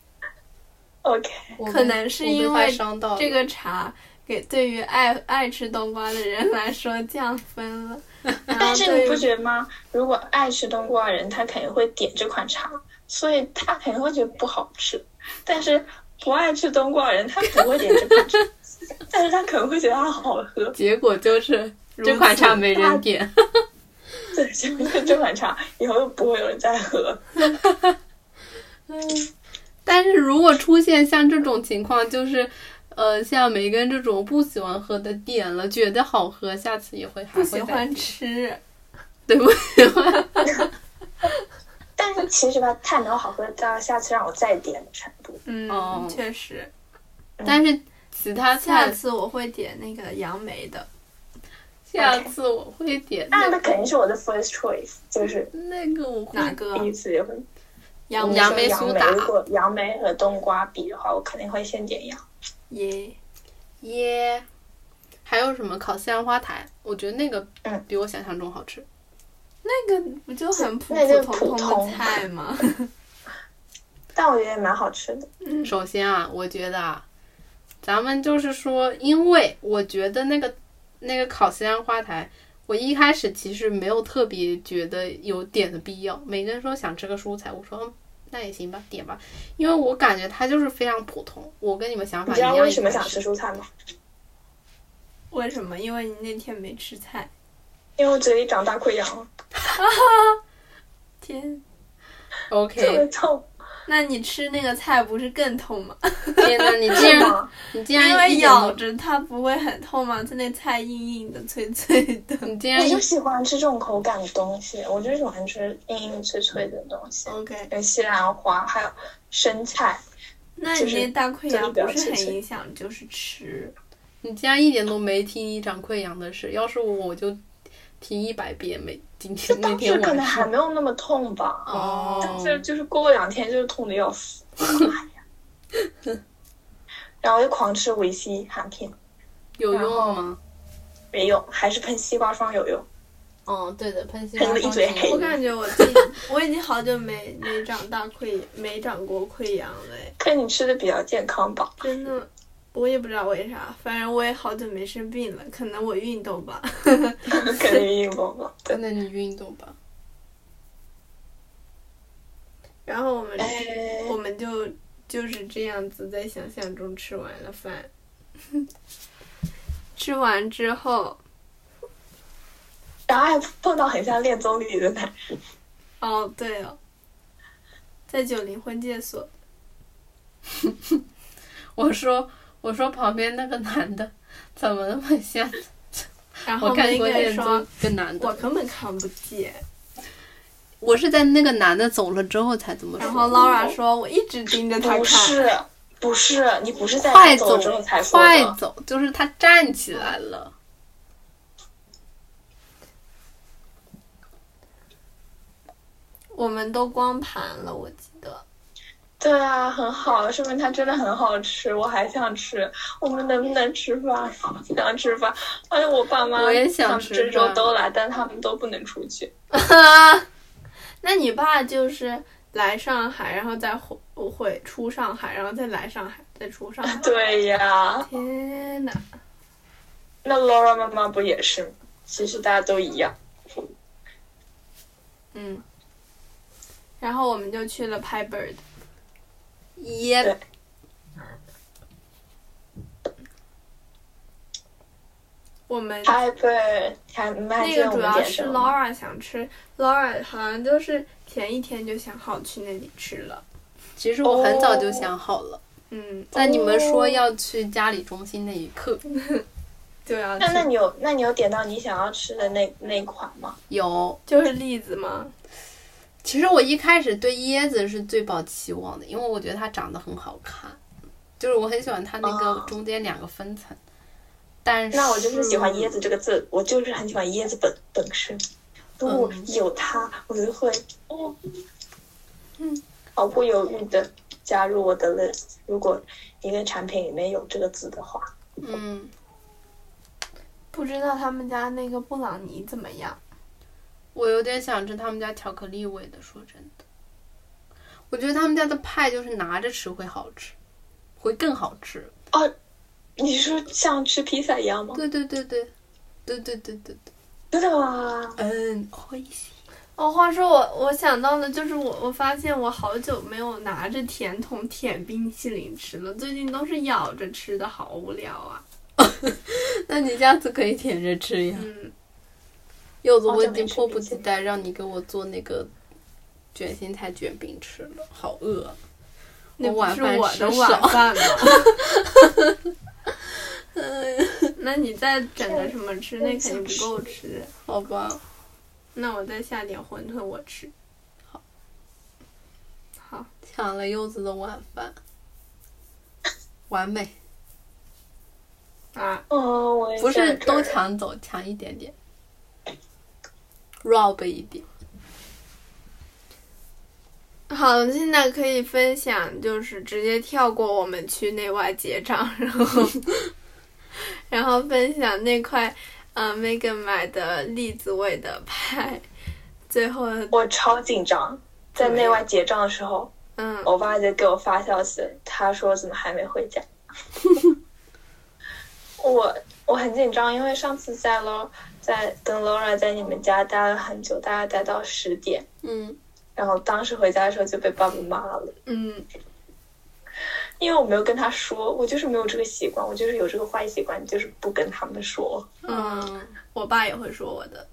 Speaker 3: OK，
Speaker 2: 我被
Speaker 1: 可能是
Speaker 2: 我被
Speaker 1: 因
Speaker 2: 它
Speaker 1: 为
Speaker 2: 伤
Speaker 3: 哦
Speaker 2: 到了
Speaker 1: 这个茶给对于爱爱吃冬瓜的人来说降分 了。
Speaker 3: 但
Speaker 2: 啊
Speaker 1: 但
Speaker 3: 是你不觉得吗？如果爱吃冬瓜的人，他肯定会点这款茶，所以他肯定会觉得不好吃。但是不爱吃冬瓜的人，他不会点这款茶，但是他可能会觉得它好喝。
Speaker 2: 结果就是
Speaker 1: 此
Speaker 2: 这款茶没人点。
Speaker 3: 对，就是这款茶以后又不会有人 再喝。
Speaker 1: 嗯
Speaker 2: 但是如果出现像这种情况，就是，呃，像梅根这种不喜欢喝的点了，觉得好喝，下次也会还
Speaker 1: 不
Speaker 2: 会
Speaker 1: 喜
Speaker 2: 再
Speaker 1: 欢吃，
Speaker 2: 对不喜欢。
Speaker 3: 但是其实吧，太没有好喝到下次让我再点全部。
Speaker 1: 嗯，
Speaker 2: 哦
Speaker 1: 确实。
Speaker 2: 但是其他
Speaker 1: 下
Speaker 2: 菜，
Speaker 1: 次我会点那个杨梅的，
Speaker 2: 下次我会点
Speaker 3: 那
Speaker 2: 那
Speaker 3: 那肯定是我的 first choice，就是
Speaker 2: 那个我会
Speaker 1: 哪个
Speaker 3: 第一次也会。
Speaker 1: 杨梅
Speaker 2: 嗯杨梅
Speaker 3: 嗯杨
Speaker 2: 苏
Speaker 3: 梅
Speaker 2: 打
Speaker 3: 如果杨梅和冬瓜比的话，我肯定会先点杨。
Speaker 1: 耶？
Speaker 2: 耶还有什么烤西兰花坛？我觉得那个
Speaker 3: 嗯
Speaker 2: 比我想象中好吃。
Speaker 1: 那个不就很普
Speaker 3: 那就
Speaker 1: 通
Speaker 3: 普
Speaker 1: 通
Speaker 3: 通
Speaker 1: 的菜吗？
Speaker 3: 但我觉得也蛮好吃的。
Speaker 2: 首先啊，我觉得啊，咱们就是说，因为我觉得那个那个烤西兰花坛，我一开始其实没有特别觉得有点的必要。每个人说想吃个蔬菜，我说嗯，那也行吧，点吧，因为我感觉它就是非常普通。我跟你们想
Speaker 3: 你
Speaker 2: 法一
Speaker 3: 知道
Speaker 2: 样。
Speaker 3: 为什么
Speaker 2: 一开
Speaker 3: 想
Speaker 2: 始
Speaker 3: 吃蔬菜吗？
Speaker 1: 为什么？因为你那天没吃菜。
Speaker 3: 因为我嘴里长大溃疡了，
Speaker 1: 天，
Speaker 3: 特别
Speaker 2: ？OK，
Speaker 3: 痛。
Speaker 1: 那你吃那个菜不是更痛吗？
Speaker 2: 天呐，你竟然
Speaker 3: 吗？
Speaker 2: 你
Speaker 1: 因
Speaker 2: 竟然一
Speaker 1: 为
Speaker 2: 点都
Speaker 1: 咬着它不会很痛吗？它那菜硬硬的、脆脆的。
Speaker 2: 你竟然
Speaker 3: 我
Speaker 2: 一
Speaker 3: 就喜欢吃这种口感的东西，我就喜欢吃硬硬脆脆的东西，
Speaker 1: OK，
Speaker 3: 跟西兰花还有生菜。
Speaker 1: 那你那大溃疡不是
Speaker 3: 就是
Speaker 1: 很
Speaker 3: 嘴里
Speaker 1: 影响，就是吃。
Speaker 2: 你竟然一点都没提你长溃疡的事，要是我我就提一百遍每今
Speaker 3: 就
Speaker 2: 天那
Speaker 3: 当时
Speaker 2: 天
Speaker 3: 可
Speaker 2: 晚
Speaker 3: 能还
Speaker 2: 上。
Speaker 3: 没有那么痛吧，但
Speaker 2: 哦，
Speaker 3: 是就是过两天就是痛的要死，哎呀 然后就狂吃维 C 含片，
Speaker 2: 有
Speaker 3: 然后
Speaker 2: 用吗？
Speaker 3: 没用，还是喷西瓜霜有用。
Speaker 2: 嗯，对的，喷西
Speaker 3: 喷了一嘴黑
Speaker 1: 我感觉 我自己，我已经好久没没长大溃，没长过溃疡了诶，
Speaker 3: 看你吃的比较健康吧，
Speaker 1: 真的。我也不知道为啥，反正我也好久没生病了，可能我运动吧。
Speaker 3: 肯定运动吧。 对，
Speaker 2: 那你运动吧。
Speaker 1: 然后我们
Speaker 3: 哎
Speaker 1: 我们就就是这样子在想象中吃完了饭， 吃完之后，
Speaker 3: 然后还碰到很像恋综里的男人。
Speaker 1: 哦对哦，在九零婚介所，
Speaker 2: 我说，我说旁边那个男的怎么那么像？
Speaker 1: 然
Speaker 2: 我
Speaker 1: 后
Speaker 2: 看
Speaker 1: 梅
Speaker 2: 过
Speaker 1: 根
Speaker 2: 恋
Speaker 1: 说
Speaker 2: 综，跟男
Speaker 1: 我
Speaker 2: 的，
Speaker 1: 根本看不见。
Speaker 2: 我是在那个男的走了之后才这么
Speaker 1: 然后
Speaker 2: 说。
Speaker 1: Laura 说，我一直盯着他
Speaker 3: 不
Speaker 1: 看。
Speaker 3: 是，不是，你不是在
Speaker 2: 快
Speaker 3: 他
Speaker 2: 走
Speaker 3: 走之后才，说
Speaker 2: 快
Speaker 3: 的。
Speaker 2: 走，就是他站起来了。
Speaker 1: 我们都光盘了，我记得。
Speaker 3: 对啊，很好，说明它真的很好吃，我还想吃。我们能不能吃饭？想吃饭。哎呀，我爸妈
Speaker 2: 我也想
Speaker 3: 他们
Speaker 2: 吃
Speaker 3: 这周
Speaker 2: 饭
Speaker 3: 都来，但他们都不能出去。。
Speaker 1: 那你爸就是来上海，然后再回回出上海，然后再来上海，再出 上海
Speaker 3: 对呀，
Speaker 1: 天哪！
Speaker 3: 那 Laura 妈妈不也是吗？其实大家都一样。
Speaker 1: 嗯。然后我们就去了拍 bird，
Speaker 2: 耶
Speaker 3: 对，
Speaker 1: 我们
Speaker 3: 嗨，哎对，还没还
Speaker 1: 那
Speaker 3: 记得
Speaker 1: 个
Speaker 3: 我
Speaker 1: 主
Speaker 3: 们
Speaker 1: 要
Speaker 3: 点
Speaker 1: 是
Speaker 3: 什么吗？
Speaker 1: Laura 想吃，Laura 好像就是前一天就想好去那里吃了。
Speaker 2: 其实我很早就想好了，
Speaker 1: 嗯，
Speaker 2: 在你们说要去家里中心那一刻，
Speaker 1: 对啊，
Speaker 3: 那那你有那你有点到你想要吃的那那款吗？
Speaker 2: 有。
Speaker 1: 就是栗子嘛，
Speaker 2: 其实我一开始对椰子是最抱期望的，因为我觉得它长得很好看，就是我很喜欢它那个
Speaker 3: 哦
Speaker 2: 中间两个分层。但是
Speaker 3: 那我就是喜欢椰子这个字，我就是很喜欢椰子本本身。如果
Speaker 2: 嗯
Speaker 3: 有它，我就会哦，嗯，毫不犹豫的加入我的 list。如果一个产品里面有这个字的话，
Speaker 2: 嗯，
Speaker 1: 不知道他们家那个布朗尼怎么样？
Speaker 2: 我有点想吃他们家巧克力味的，说真的，我觉得他们家的派就是拿着吃会好吃，会更好吃。
Speaker 3: 你说像吃披萨一样吗？
Speaker 2: 对对对对，对对对对对，
Speaker 3: 真的吗？
Speaker 2: 嗯，会一些。
Speaker 1: 哦，话说我我想到的就是我我发现我好久没有拿着甜筒舔冰淇淋吃了，最近都是咬着吃的，好无聊啊。
Speaker 2: 那你下次可以舔着吃呀。
Speaker 1: 嗯，
Speaker 2: 柚子，我已经迫不及待让你给我做那个卷心菜卷饼吃了，好饿啊。
Speaker 1: 那
Speaker 2: 我
Speaker 1: 不
Speaker 2: 晚
Speaker 1: 是
Speaker 2: 饭
Speaker 1: 我
Speaker 2: 吃
Speaker 1: 的
Speaker 2: 少
Speaker 1: 晚饭 吗？那你再整个什么吃？那肯定不够吃。
Speaker 2: 好吧，
Speaker 1: 那我再下点馄饨，我吃。好，好，
Speaker 2: 抢了柚子的晚饭，完 美。
Speaker 1: 啊，
Speaker 3: 哦，我也
Speaker 2: 不是
Speaker 3: 想吃
Speaker 2: 都抢走，抢一点点，rob 一点。
Speaker 1: 好，现在可以分享，就是直接跳过我们去内外结账，然 后然后分享那块呃 Megan 买的栗子味的派，最后
Speaker 3: 我超紧张，在
Speaker 1: 怎么
Speaker 3: 内
Speaker 1: 样
Speaker 3: 外结账的时候，
Speaker 1: 嗯，
Speaker 3: 我爸就给我发消息，他说怎么还没回家？我我很紧张，因为上次在 Laura 在跟 Laura 在你们家待了很久，大概待到十点，
Speaker 2: 嗯，
Speaker 3: 然后当时回家的时候就被爸爸骂了，
Speaker 1: 嗯
Speaker 3: 因为我没有跟他说，我就是没有这个习惯，我就是有这个坏习惯，就是不跟他们说，
Speaker 1: 嗯，我爸也会说我的，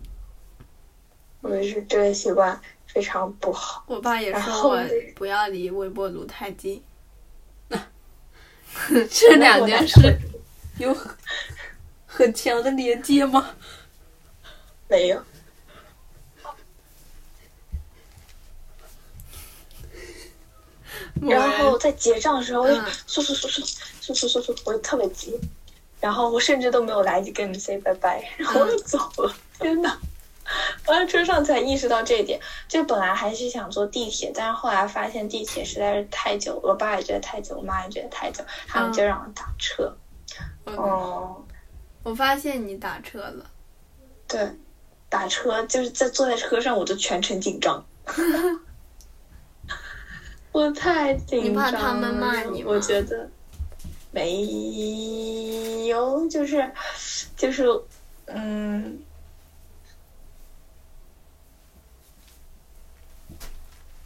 Speaker 3: 我就是这个习惯非常不好。
Speaker 1: 我爸也
Speaker 3: 然
Speaker 1: 说
Speaker 3: 后
Speaker 1: 我
Speaker 3: 呢
Speaker 1: 不要离微波炉太近。
Speaker 2: 这
Speaker 3: 那
Speaker 2: 两
Speaker 3: 我
Speaker 2: 件
Speaker 3: 当
Speaker 2: 事
Speaker 3: 时
Speaker 2: 有很很强的连接吗？
Speaker 3: 没有，
Speaker 1: 某
Speaker 3: 然后
Speaker 1: 人
Speaker 3: 在结账的时候，我就
Speaker 1: 嗯
Speaker 3: 速速速速速速速速，我就特别急，然后我甚至都没有来得及跟你们 say 拜拜，然后我就走了。天哪！我在车上才意识到这一点，就本来还是想坐地铁，但是后来发现地铁实在是太久，我爸也觉得太久，我妈也觉得太久，他们就让我打车。
Speaker 1: 我
Speaker 3: 哦、
Speaker 1: 我发现你打车了，
Speaker 3: 对，打车就是在坐在车上，我就全程紧 张。我太紧张了，
Speaker 1: 你怕他们骂你吗
Speaker 3: 我觉得没有，就是就是，嗯，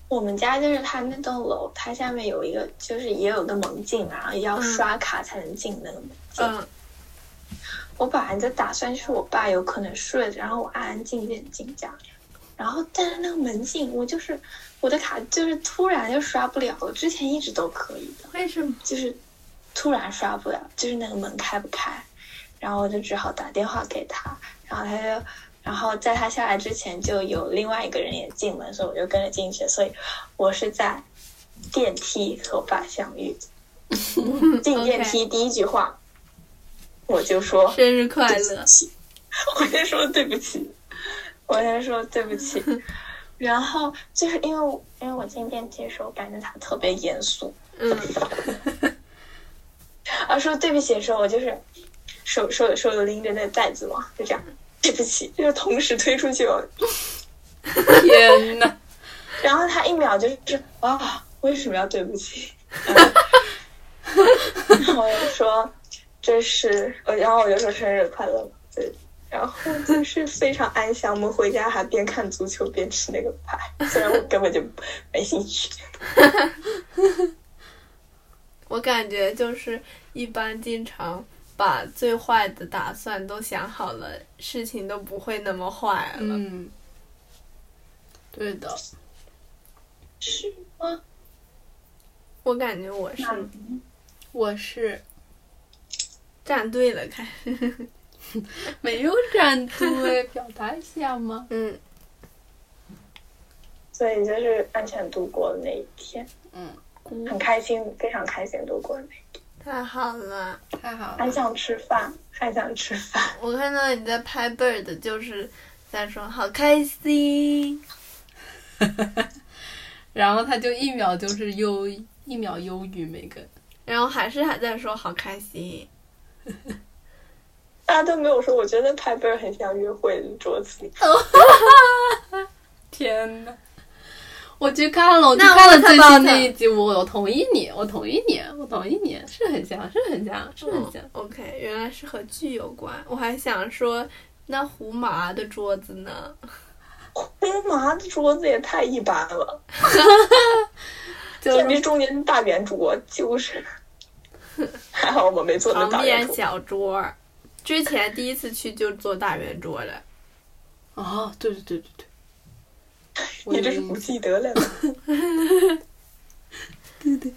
Speaker 3: 我们家就是它那栋楼，它下面有一个，就是也有个门禁嘛，然后要
Speaker 1: 嗯
Speaker 3: 刷卡才能进那个门禁。
Speaker 1: 嗯
Speaker 3: 我本来就打算是我爸有可能睡着，然后我安安静静地进家，然后但是那个门禁，我就是我的卡就是突然就刷不了了，之前一直都可以的，
Speaker 1: 为什么？
Speaker 3: 就是突然刷不了，就是那个门开不开，然后我就只好打电话给他，然后他就。然后在他下来之前，就有另外一个人也进门，所以我就跟着进去。所以，我是在电梯和我爸相遇的。进电梯第一句话我就说：“
Speaker 1: 生日快
Speaker 3: 对
Speaker 1: 乐
Speaker 3: 不！起，我先说对不起，我先说对不起。然后就是因为我因为我进电梯的时候，感觉他特别严肃，
Speaker 1: 嗯
Speaker 3: 啊，说对不起的时候，我就是手手手拎着那袋子嘛，就这样，对不起，就是同时推出去哦了。
Speaker 2: 天哪！
Speaker 3: 然后他一秒就是啊，为什么要对不起？然后我就说这是，呃然后我就说生日快乐嘛，对。然后就是非常安详，我们回家还边看足球边吃那个派， 虽然我根本就没兴趣。
Speaker 1: 我感觉就是一般经常把最坏的打算都想好了，事情都不会那么坏了。
Speaker 2: 嗯，对的，
Speaker 3: 是吗？
Speaker 1: 我感觉我是
Speaker 3: 嗯
Speaker 2: 我 是
Speaker 1: 站队了，开始。
Speaker 2: 没有站队，表达一下吗？
Speaker 1: 嗯，
Speaker 3: 所以就是安全度过了那一天，
Speaker 2: 嗯，
Speaker 3: 很开心，非常开心度过了那一天。
Speaker 1: 太好了。
Speaker 2: 太好
Speaker 3: 还
Speaker 2: 了，
Speaker 3: 想吃饭，还想吃饭，
Speaker 1: 我看到你在拍 bird，就是在说好开心。
Speaker 2: 然后他就一秒就是忧一秒忧郁梅根，
Speaker 1: 然后还是还在说好开心，
Speaker 3: 大家都没有说，我觉得拍贝尔很像约会的桌子。
Speaker 2: 天呐，我去看了，我去
Speaker 1: 那
Speaker 2: 看了
Speaker 1: 我
Speaker 2: 最
Speaker 1: 看到
Speaker 2: 新
Speaker 1: 的
Speaker 2: 那一集，我我同意你，我同意你，我同意你，是很像，是很像，是很像。
Speaker 1: 嗯 OK，原来是和剧有关。我还想说，那胡麻的桌子呢？
Speaker 3: 红哎麻的桌子也太一般了，
Speaker 2: 就
Speaker 1: 啊
Speaker 3: 特别
Speaker 2: 是
Speaker 3: 中间大圆桌 就是。还好我没坐那
Speaker 1: 旁
Speaker 3: 大圆
Speaker 1: 边
Speaker 3: 桌，
Speaker 1: 小桌儿。之前第一次去就坐大圆桌了，
Speaker 2: 哦，对对对对对，我
Speaker 3: 你这
Speaker 2: 有
Speaker 3: 是
Speaker 2: 印
Speaker 3: 不
Speaker 2: 象
Speaker 3: 记得了吧？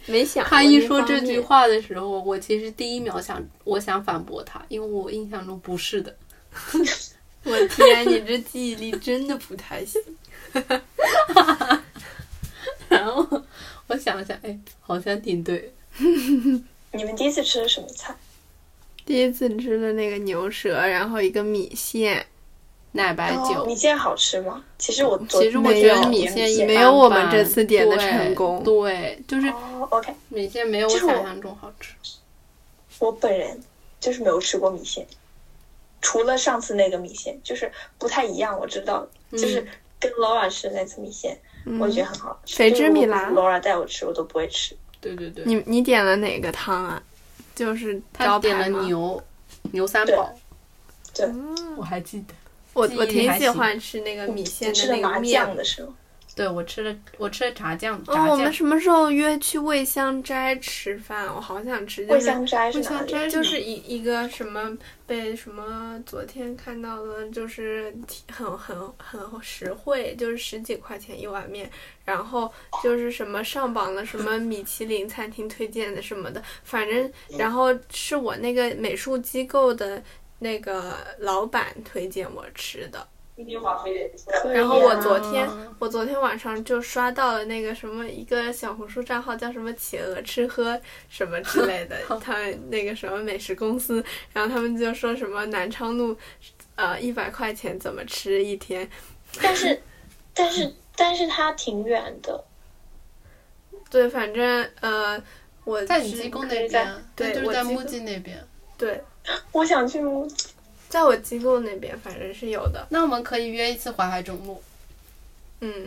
Speaker 1: 没想过
Speaker 2: 他一
Speaker 1: 这
Speaker 2: 说
Speaker 1: 方
Speaker 2: 这
Speaker 1: 面
Speaker 2: 句，话的时候，我其实第一秒想，我想反驳他，因为我印象中不是的。
Speaker 1: 我天，你这记忆力真的不太行。
Speaker 2: 然后我想了想，哎，好像挺对。
Speaker 3: 你们第一次吃的什么菜？
Speaker 1: 第一次吃的那个牛舌，然后一个米线，
Speaker 2: 奶白
Speaker 3: 哦
Speaker 2: 酒，
Speaker 3: 米线好吃吗？其实我昨
Speaker 2: 其实我
Speaker 1: 没
Speaker 2: 觉
Speaker 1: 有
Speaker 2: 得米
Speaker 3: 米
Speaker 2: 线一
Speaker 1: 没
Speaker 2: 般
Speaker 1: 有我
Speaker 2: 般
Speaker 1: 们这次点的
Speaker 2: 对
Speaker 1: 成功
Speaker 2: 对，就是
Speaker 3: 哦，OK，
Speaker 2: 米线没有我
Speaker 3: 就是我
Speaker 2: 想象中好吃。
Speaker 3: 我本人就是没有吃过米线，除了上次那个米线，就是不太一样。我知道，就是
Speaker 2: 嗯
Speaker 1: 嗯
Speaker 3: 跟 Laura 吃的那次米线，我觉得很好吃。
Speaker 1: 肥汁米兰
Speaker 3: 就是如果不是，Laura 带我吃，我都不会吃。
Speaker 2: 对对对，
Speaker 1: 你你点了哪个汤啊？就是
Speaker 2: 他
Speaker 1: 招
Speaker 2: 点
Speaker 1: 牌吗哦
Speaker 2: 了牛牛三
Speaker 3: 对
Speaker 2: 宝，
Speaker 3: 对，
Speaker 2: 我还记得。
Speaker 1: 我
Speaker 2: 记忆
Speaker 1: 我
Speaker 2: 力
Speaker 1: 挺
Speaker 2: 还
Speaker 1: 喜
Speaker 2: 行
Speaker 1: 欢吃那呃个米线
Speaker 3: 你吃
Speaker 1: 那
Speaker 3: 麻
Speaker 1: 个面
Speaker 3: 酱。的时候，
Speaker 2: 对我吃了，我吃了炸酱，炸
Speaker 1: 哦，我
Speaker 2: 酱
Speaker 1: 们什么时候约去味香斋吃饭？我好想吃，就
Speaker 3: 桂
Speaker 1: 是
Speaker 3: 香斋
Speaker 2: 桂
Speaker 3: 是哪
Speaker 2: 香
Speaker 3: 里？
Speaker 2: 斋
Speaker 1: 就是一一个什么被什么昨天看到的，就是挺很很很实惠，就是十几块钱一碗面，然后就是什么上榜了什么米其林餐厅推荐的什么的，反正然后是我那个美术机构的那个老板推荐我吃的。
Speaker 3: 可以
Speaker 1: 然后我
Speaker 3: 啊
Speaker 1: 昨天，我昨天晚上就刷到了那个什么一个小红书账号叫什么“企鹅吃喝”什么之类 的，他们那个什么美食公司，然后他们就说什么南昌路，呃，一百块钱怎么吃一天？
Speaker 3: 但是，但是，但是它挺远的，
Speaker 1: 对，反正呃，我
Speaker 2: 在你
Speaker 1: 是
Speaker 2: 机构
Speaker 3: 可
Speaker 2: 那
Speaker 3: 以在
Speaker 2: 边，啊
Speaker 1: 对
Speaker 2: 就是
Speaker 1: 我
Speaker 2: 在
Speaker 1: 机
Speaker 2: 木
Speaker 1: 构
Speaker 2: 记那边。
Speaker 1: 对，
Speaker 3: 我想去摸
Speaker 1: 在我机构那边反正是有的，
Speaker 2: 那我们可以约一次淮海中路。
Speaker 1: 嗯，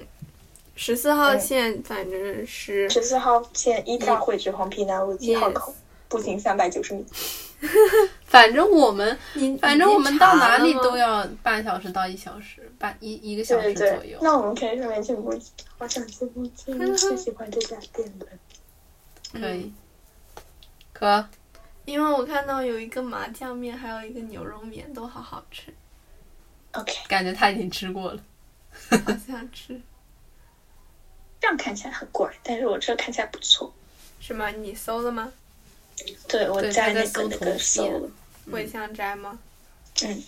Speaker 1: 十四
Speaker 2: 哎
Speaker 1: 号
Speaker 3: 嗯
Speaker 1: 线反正是
Speaker 3: 十四号线一大会址黄陂南路几号
Speaker 1: Yes
Speaker 3: 口，步行三百九十米。
Speaker 2: 反正我们，
Speaker 1: 你，
Speaker 2: 反正我们到哪里都
Speaker 1: 要。
Speaker 2: 要半小时到一小时，半一一个小
Speaker 3: 对
Speaker 2: 时
Speaker 3: 对
Speaker 2: 左
Speaker 3: 对
Speaker 2: 右，。
Speaker 3: 那我们可以顺便去木吉，我想去木吉，
Speaker 1: 嗯
Speaker 3: 我最喜欢这家店了。
Speaker 2: 可以，可
Speaker 1: 因为我看到有一个麻酱面，还有一个牛肉面，都好好吃，
Speaker 3: OK，
Speaker 2: 感觉他已经吃过了。
Speaker 1: 好想吃。
Speaker 3: 这样看起来很怪，但是我这看起来不错。
Speaker 1: 是吗？你搜了吗？
Speaker 3: 对，我
Speaker 2: 对
Speaker 3: 在
Speaker 2: 他在
Speaker 3: 那个
Speaker 2: 搜
Speaker 3: 那
Speaker 2: 图
Speaker 3: 个搜
Speaker 2: 片
Speaker 3: 了，
Speaker 1: 桂香斋吗？
Speaker 3: 嗯，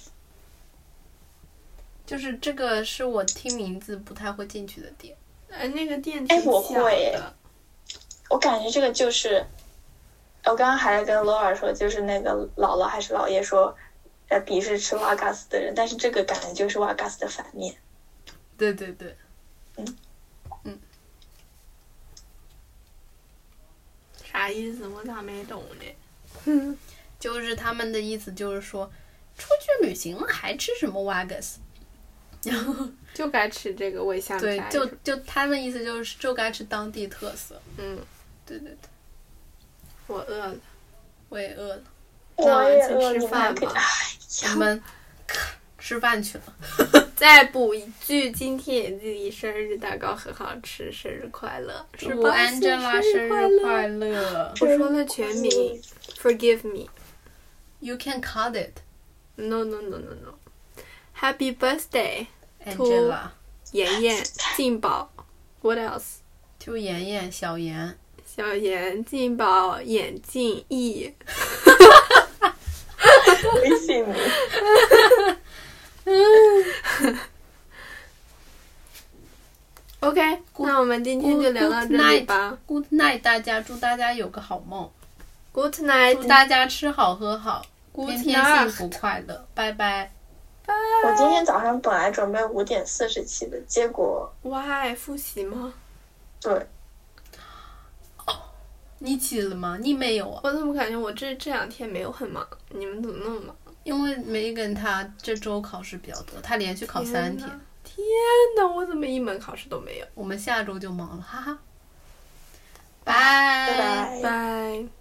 Speaker 2: 就是这个是我听名字不太会进去的店。
Speaker 1: 呃，那个店挺
Speaker 3: 哎我
Speaker 1: 小
Speaker 3: 会耶
Speaker 1: 的，
Speaker 3: 我感觉这个就是，呃我刚刚还在跟 Laura 说，就是那个姥姥还是姥爷说，呃，鄙视吃瓦嘎斯的人，但是这个感觉就是瓦嘎斯的反面。
Speaker 2: 对对对，
Speaker 1: 啥意思？我咋没懂呢？
Speaker 2: 就是他们的意思就是说，出去旅行了还吃什么瓦格斯？然后
Speaker 1: 就该吃这个桂香斋
Speaker 2: 对
Speaker 1: 是吧，，
Speaker 2: 就就他们意思就是就该吃当地特色。
Speaker 1: 嗯，
Speaker 2: 对对对，
Speaker 1: 我饿了，
Speaker 2: 我也饿了，
Speaker 1: 那
Speaker 3: 我也
Speaker 1: 去
Speaker 3: 饿，
Speaker 1: 啊吃
Speaker 3: 你们还
Speaker 1: 饭
Speaker 3: 可以。
Speaker 1: 吧
Speaker 3: 哎
Speaker 2: 我
Speaker 3: 呀，
Speaker 2: 们吃饭去了。
Speaker 1: 再补一句，今天也自己生日蛋糕很好吃，生日快乐！是
Speaker 2: 祝
Speaker 1: 吧
Speaker 2: 安
Speaker 1: 谢
Speaker 2: 珍拉
Speaker 1: 生
Speaker 2: 生
Speaker 1: 快
Speaker 2: 日快乐
Speaker 1: 我说了全名，Forgive me。
Speaker 2: ！You can cut it,
Speaker 1: No no no no no。Happy birthday，
Speaker 2: Angela。
Speaker 1: 妍妍、静宝。What else？
Speaker 2: 就妍妍、小妍、
Speaker 1: 小严、进宝、眼镜、易，
Speaker 3: 微信你。
Speaker 1: OK，那我们今天就聊到这里吧。
Speaker 2: Good night，大家，祝大家有个好梦，
Speaker 1: Good
Speaker 2: 祝
Speaker 1: night，
Speaker 2: 大家吃好喝好，
Speaker 1: Good
Speaker 2: 天天幸福快乐，拜拜。
Speaker 3: 我今天早上本来准备五点四十起的，结果
Speaker 1: night，Why 复习吗？
Speaker 3: 对
Speaker 2: 你起了吗？你没有啊，
Speaker 1: 我怎么感觉我这这两天没有很忙？你们怎么那么忙？
Speaker 2: 因为梅根她这周考试比较多，她连续考哦三天
Speaker 1: 天，哪。天哪，我怎么一门考试都没有？
Speaker 2: 我们下周就忙了，哈哈，
Speaker 3: 拜拜
Speaker 1: 拜。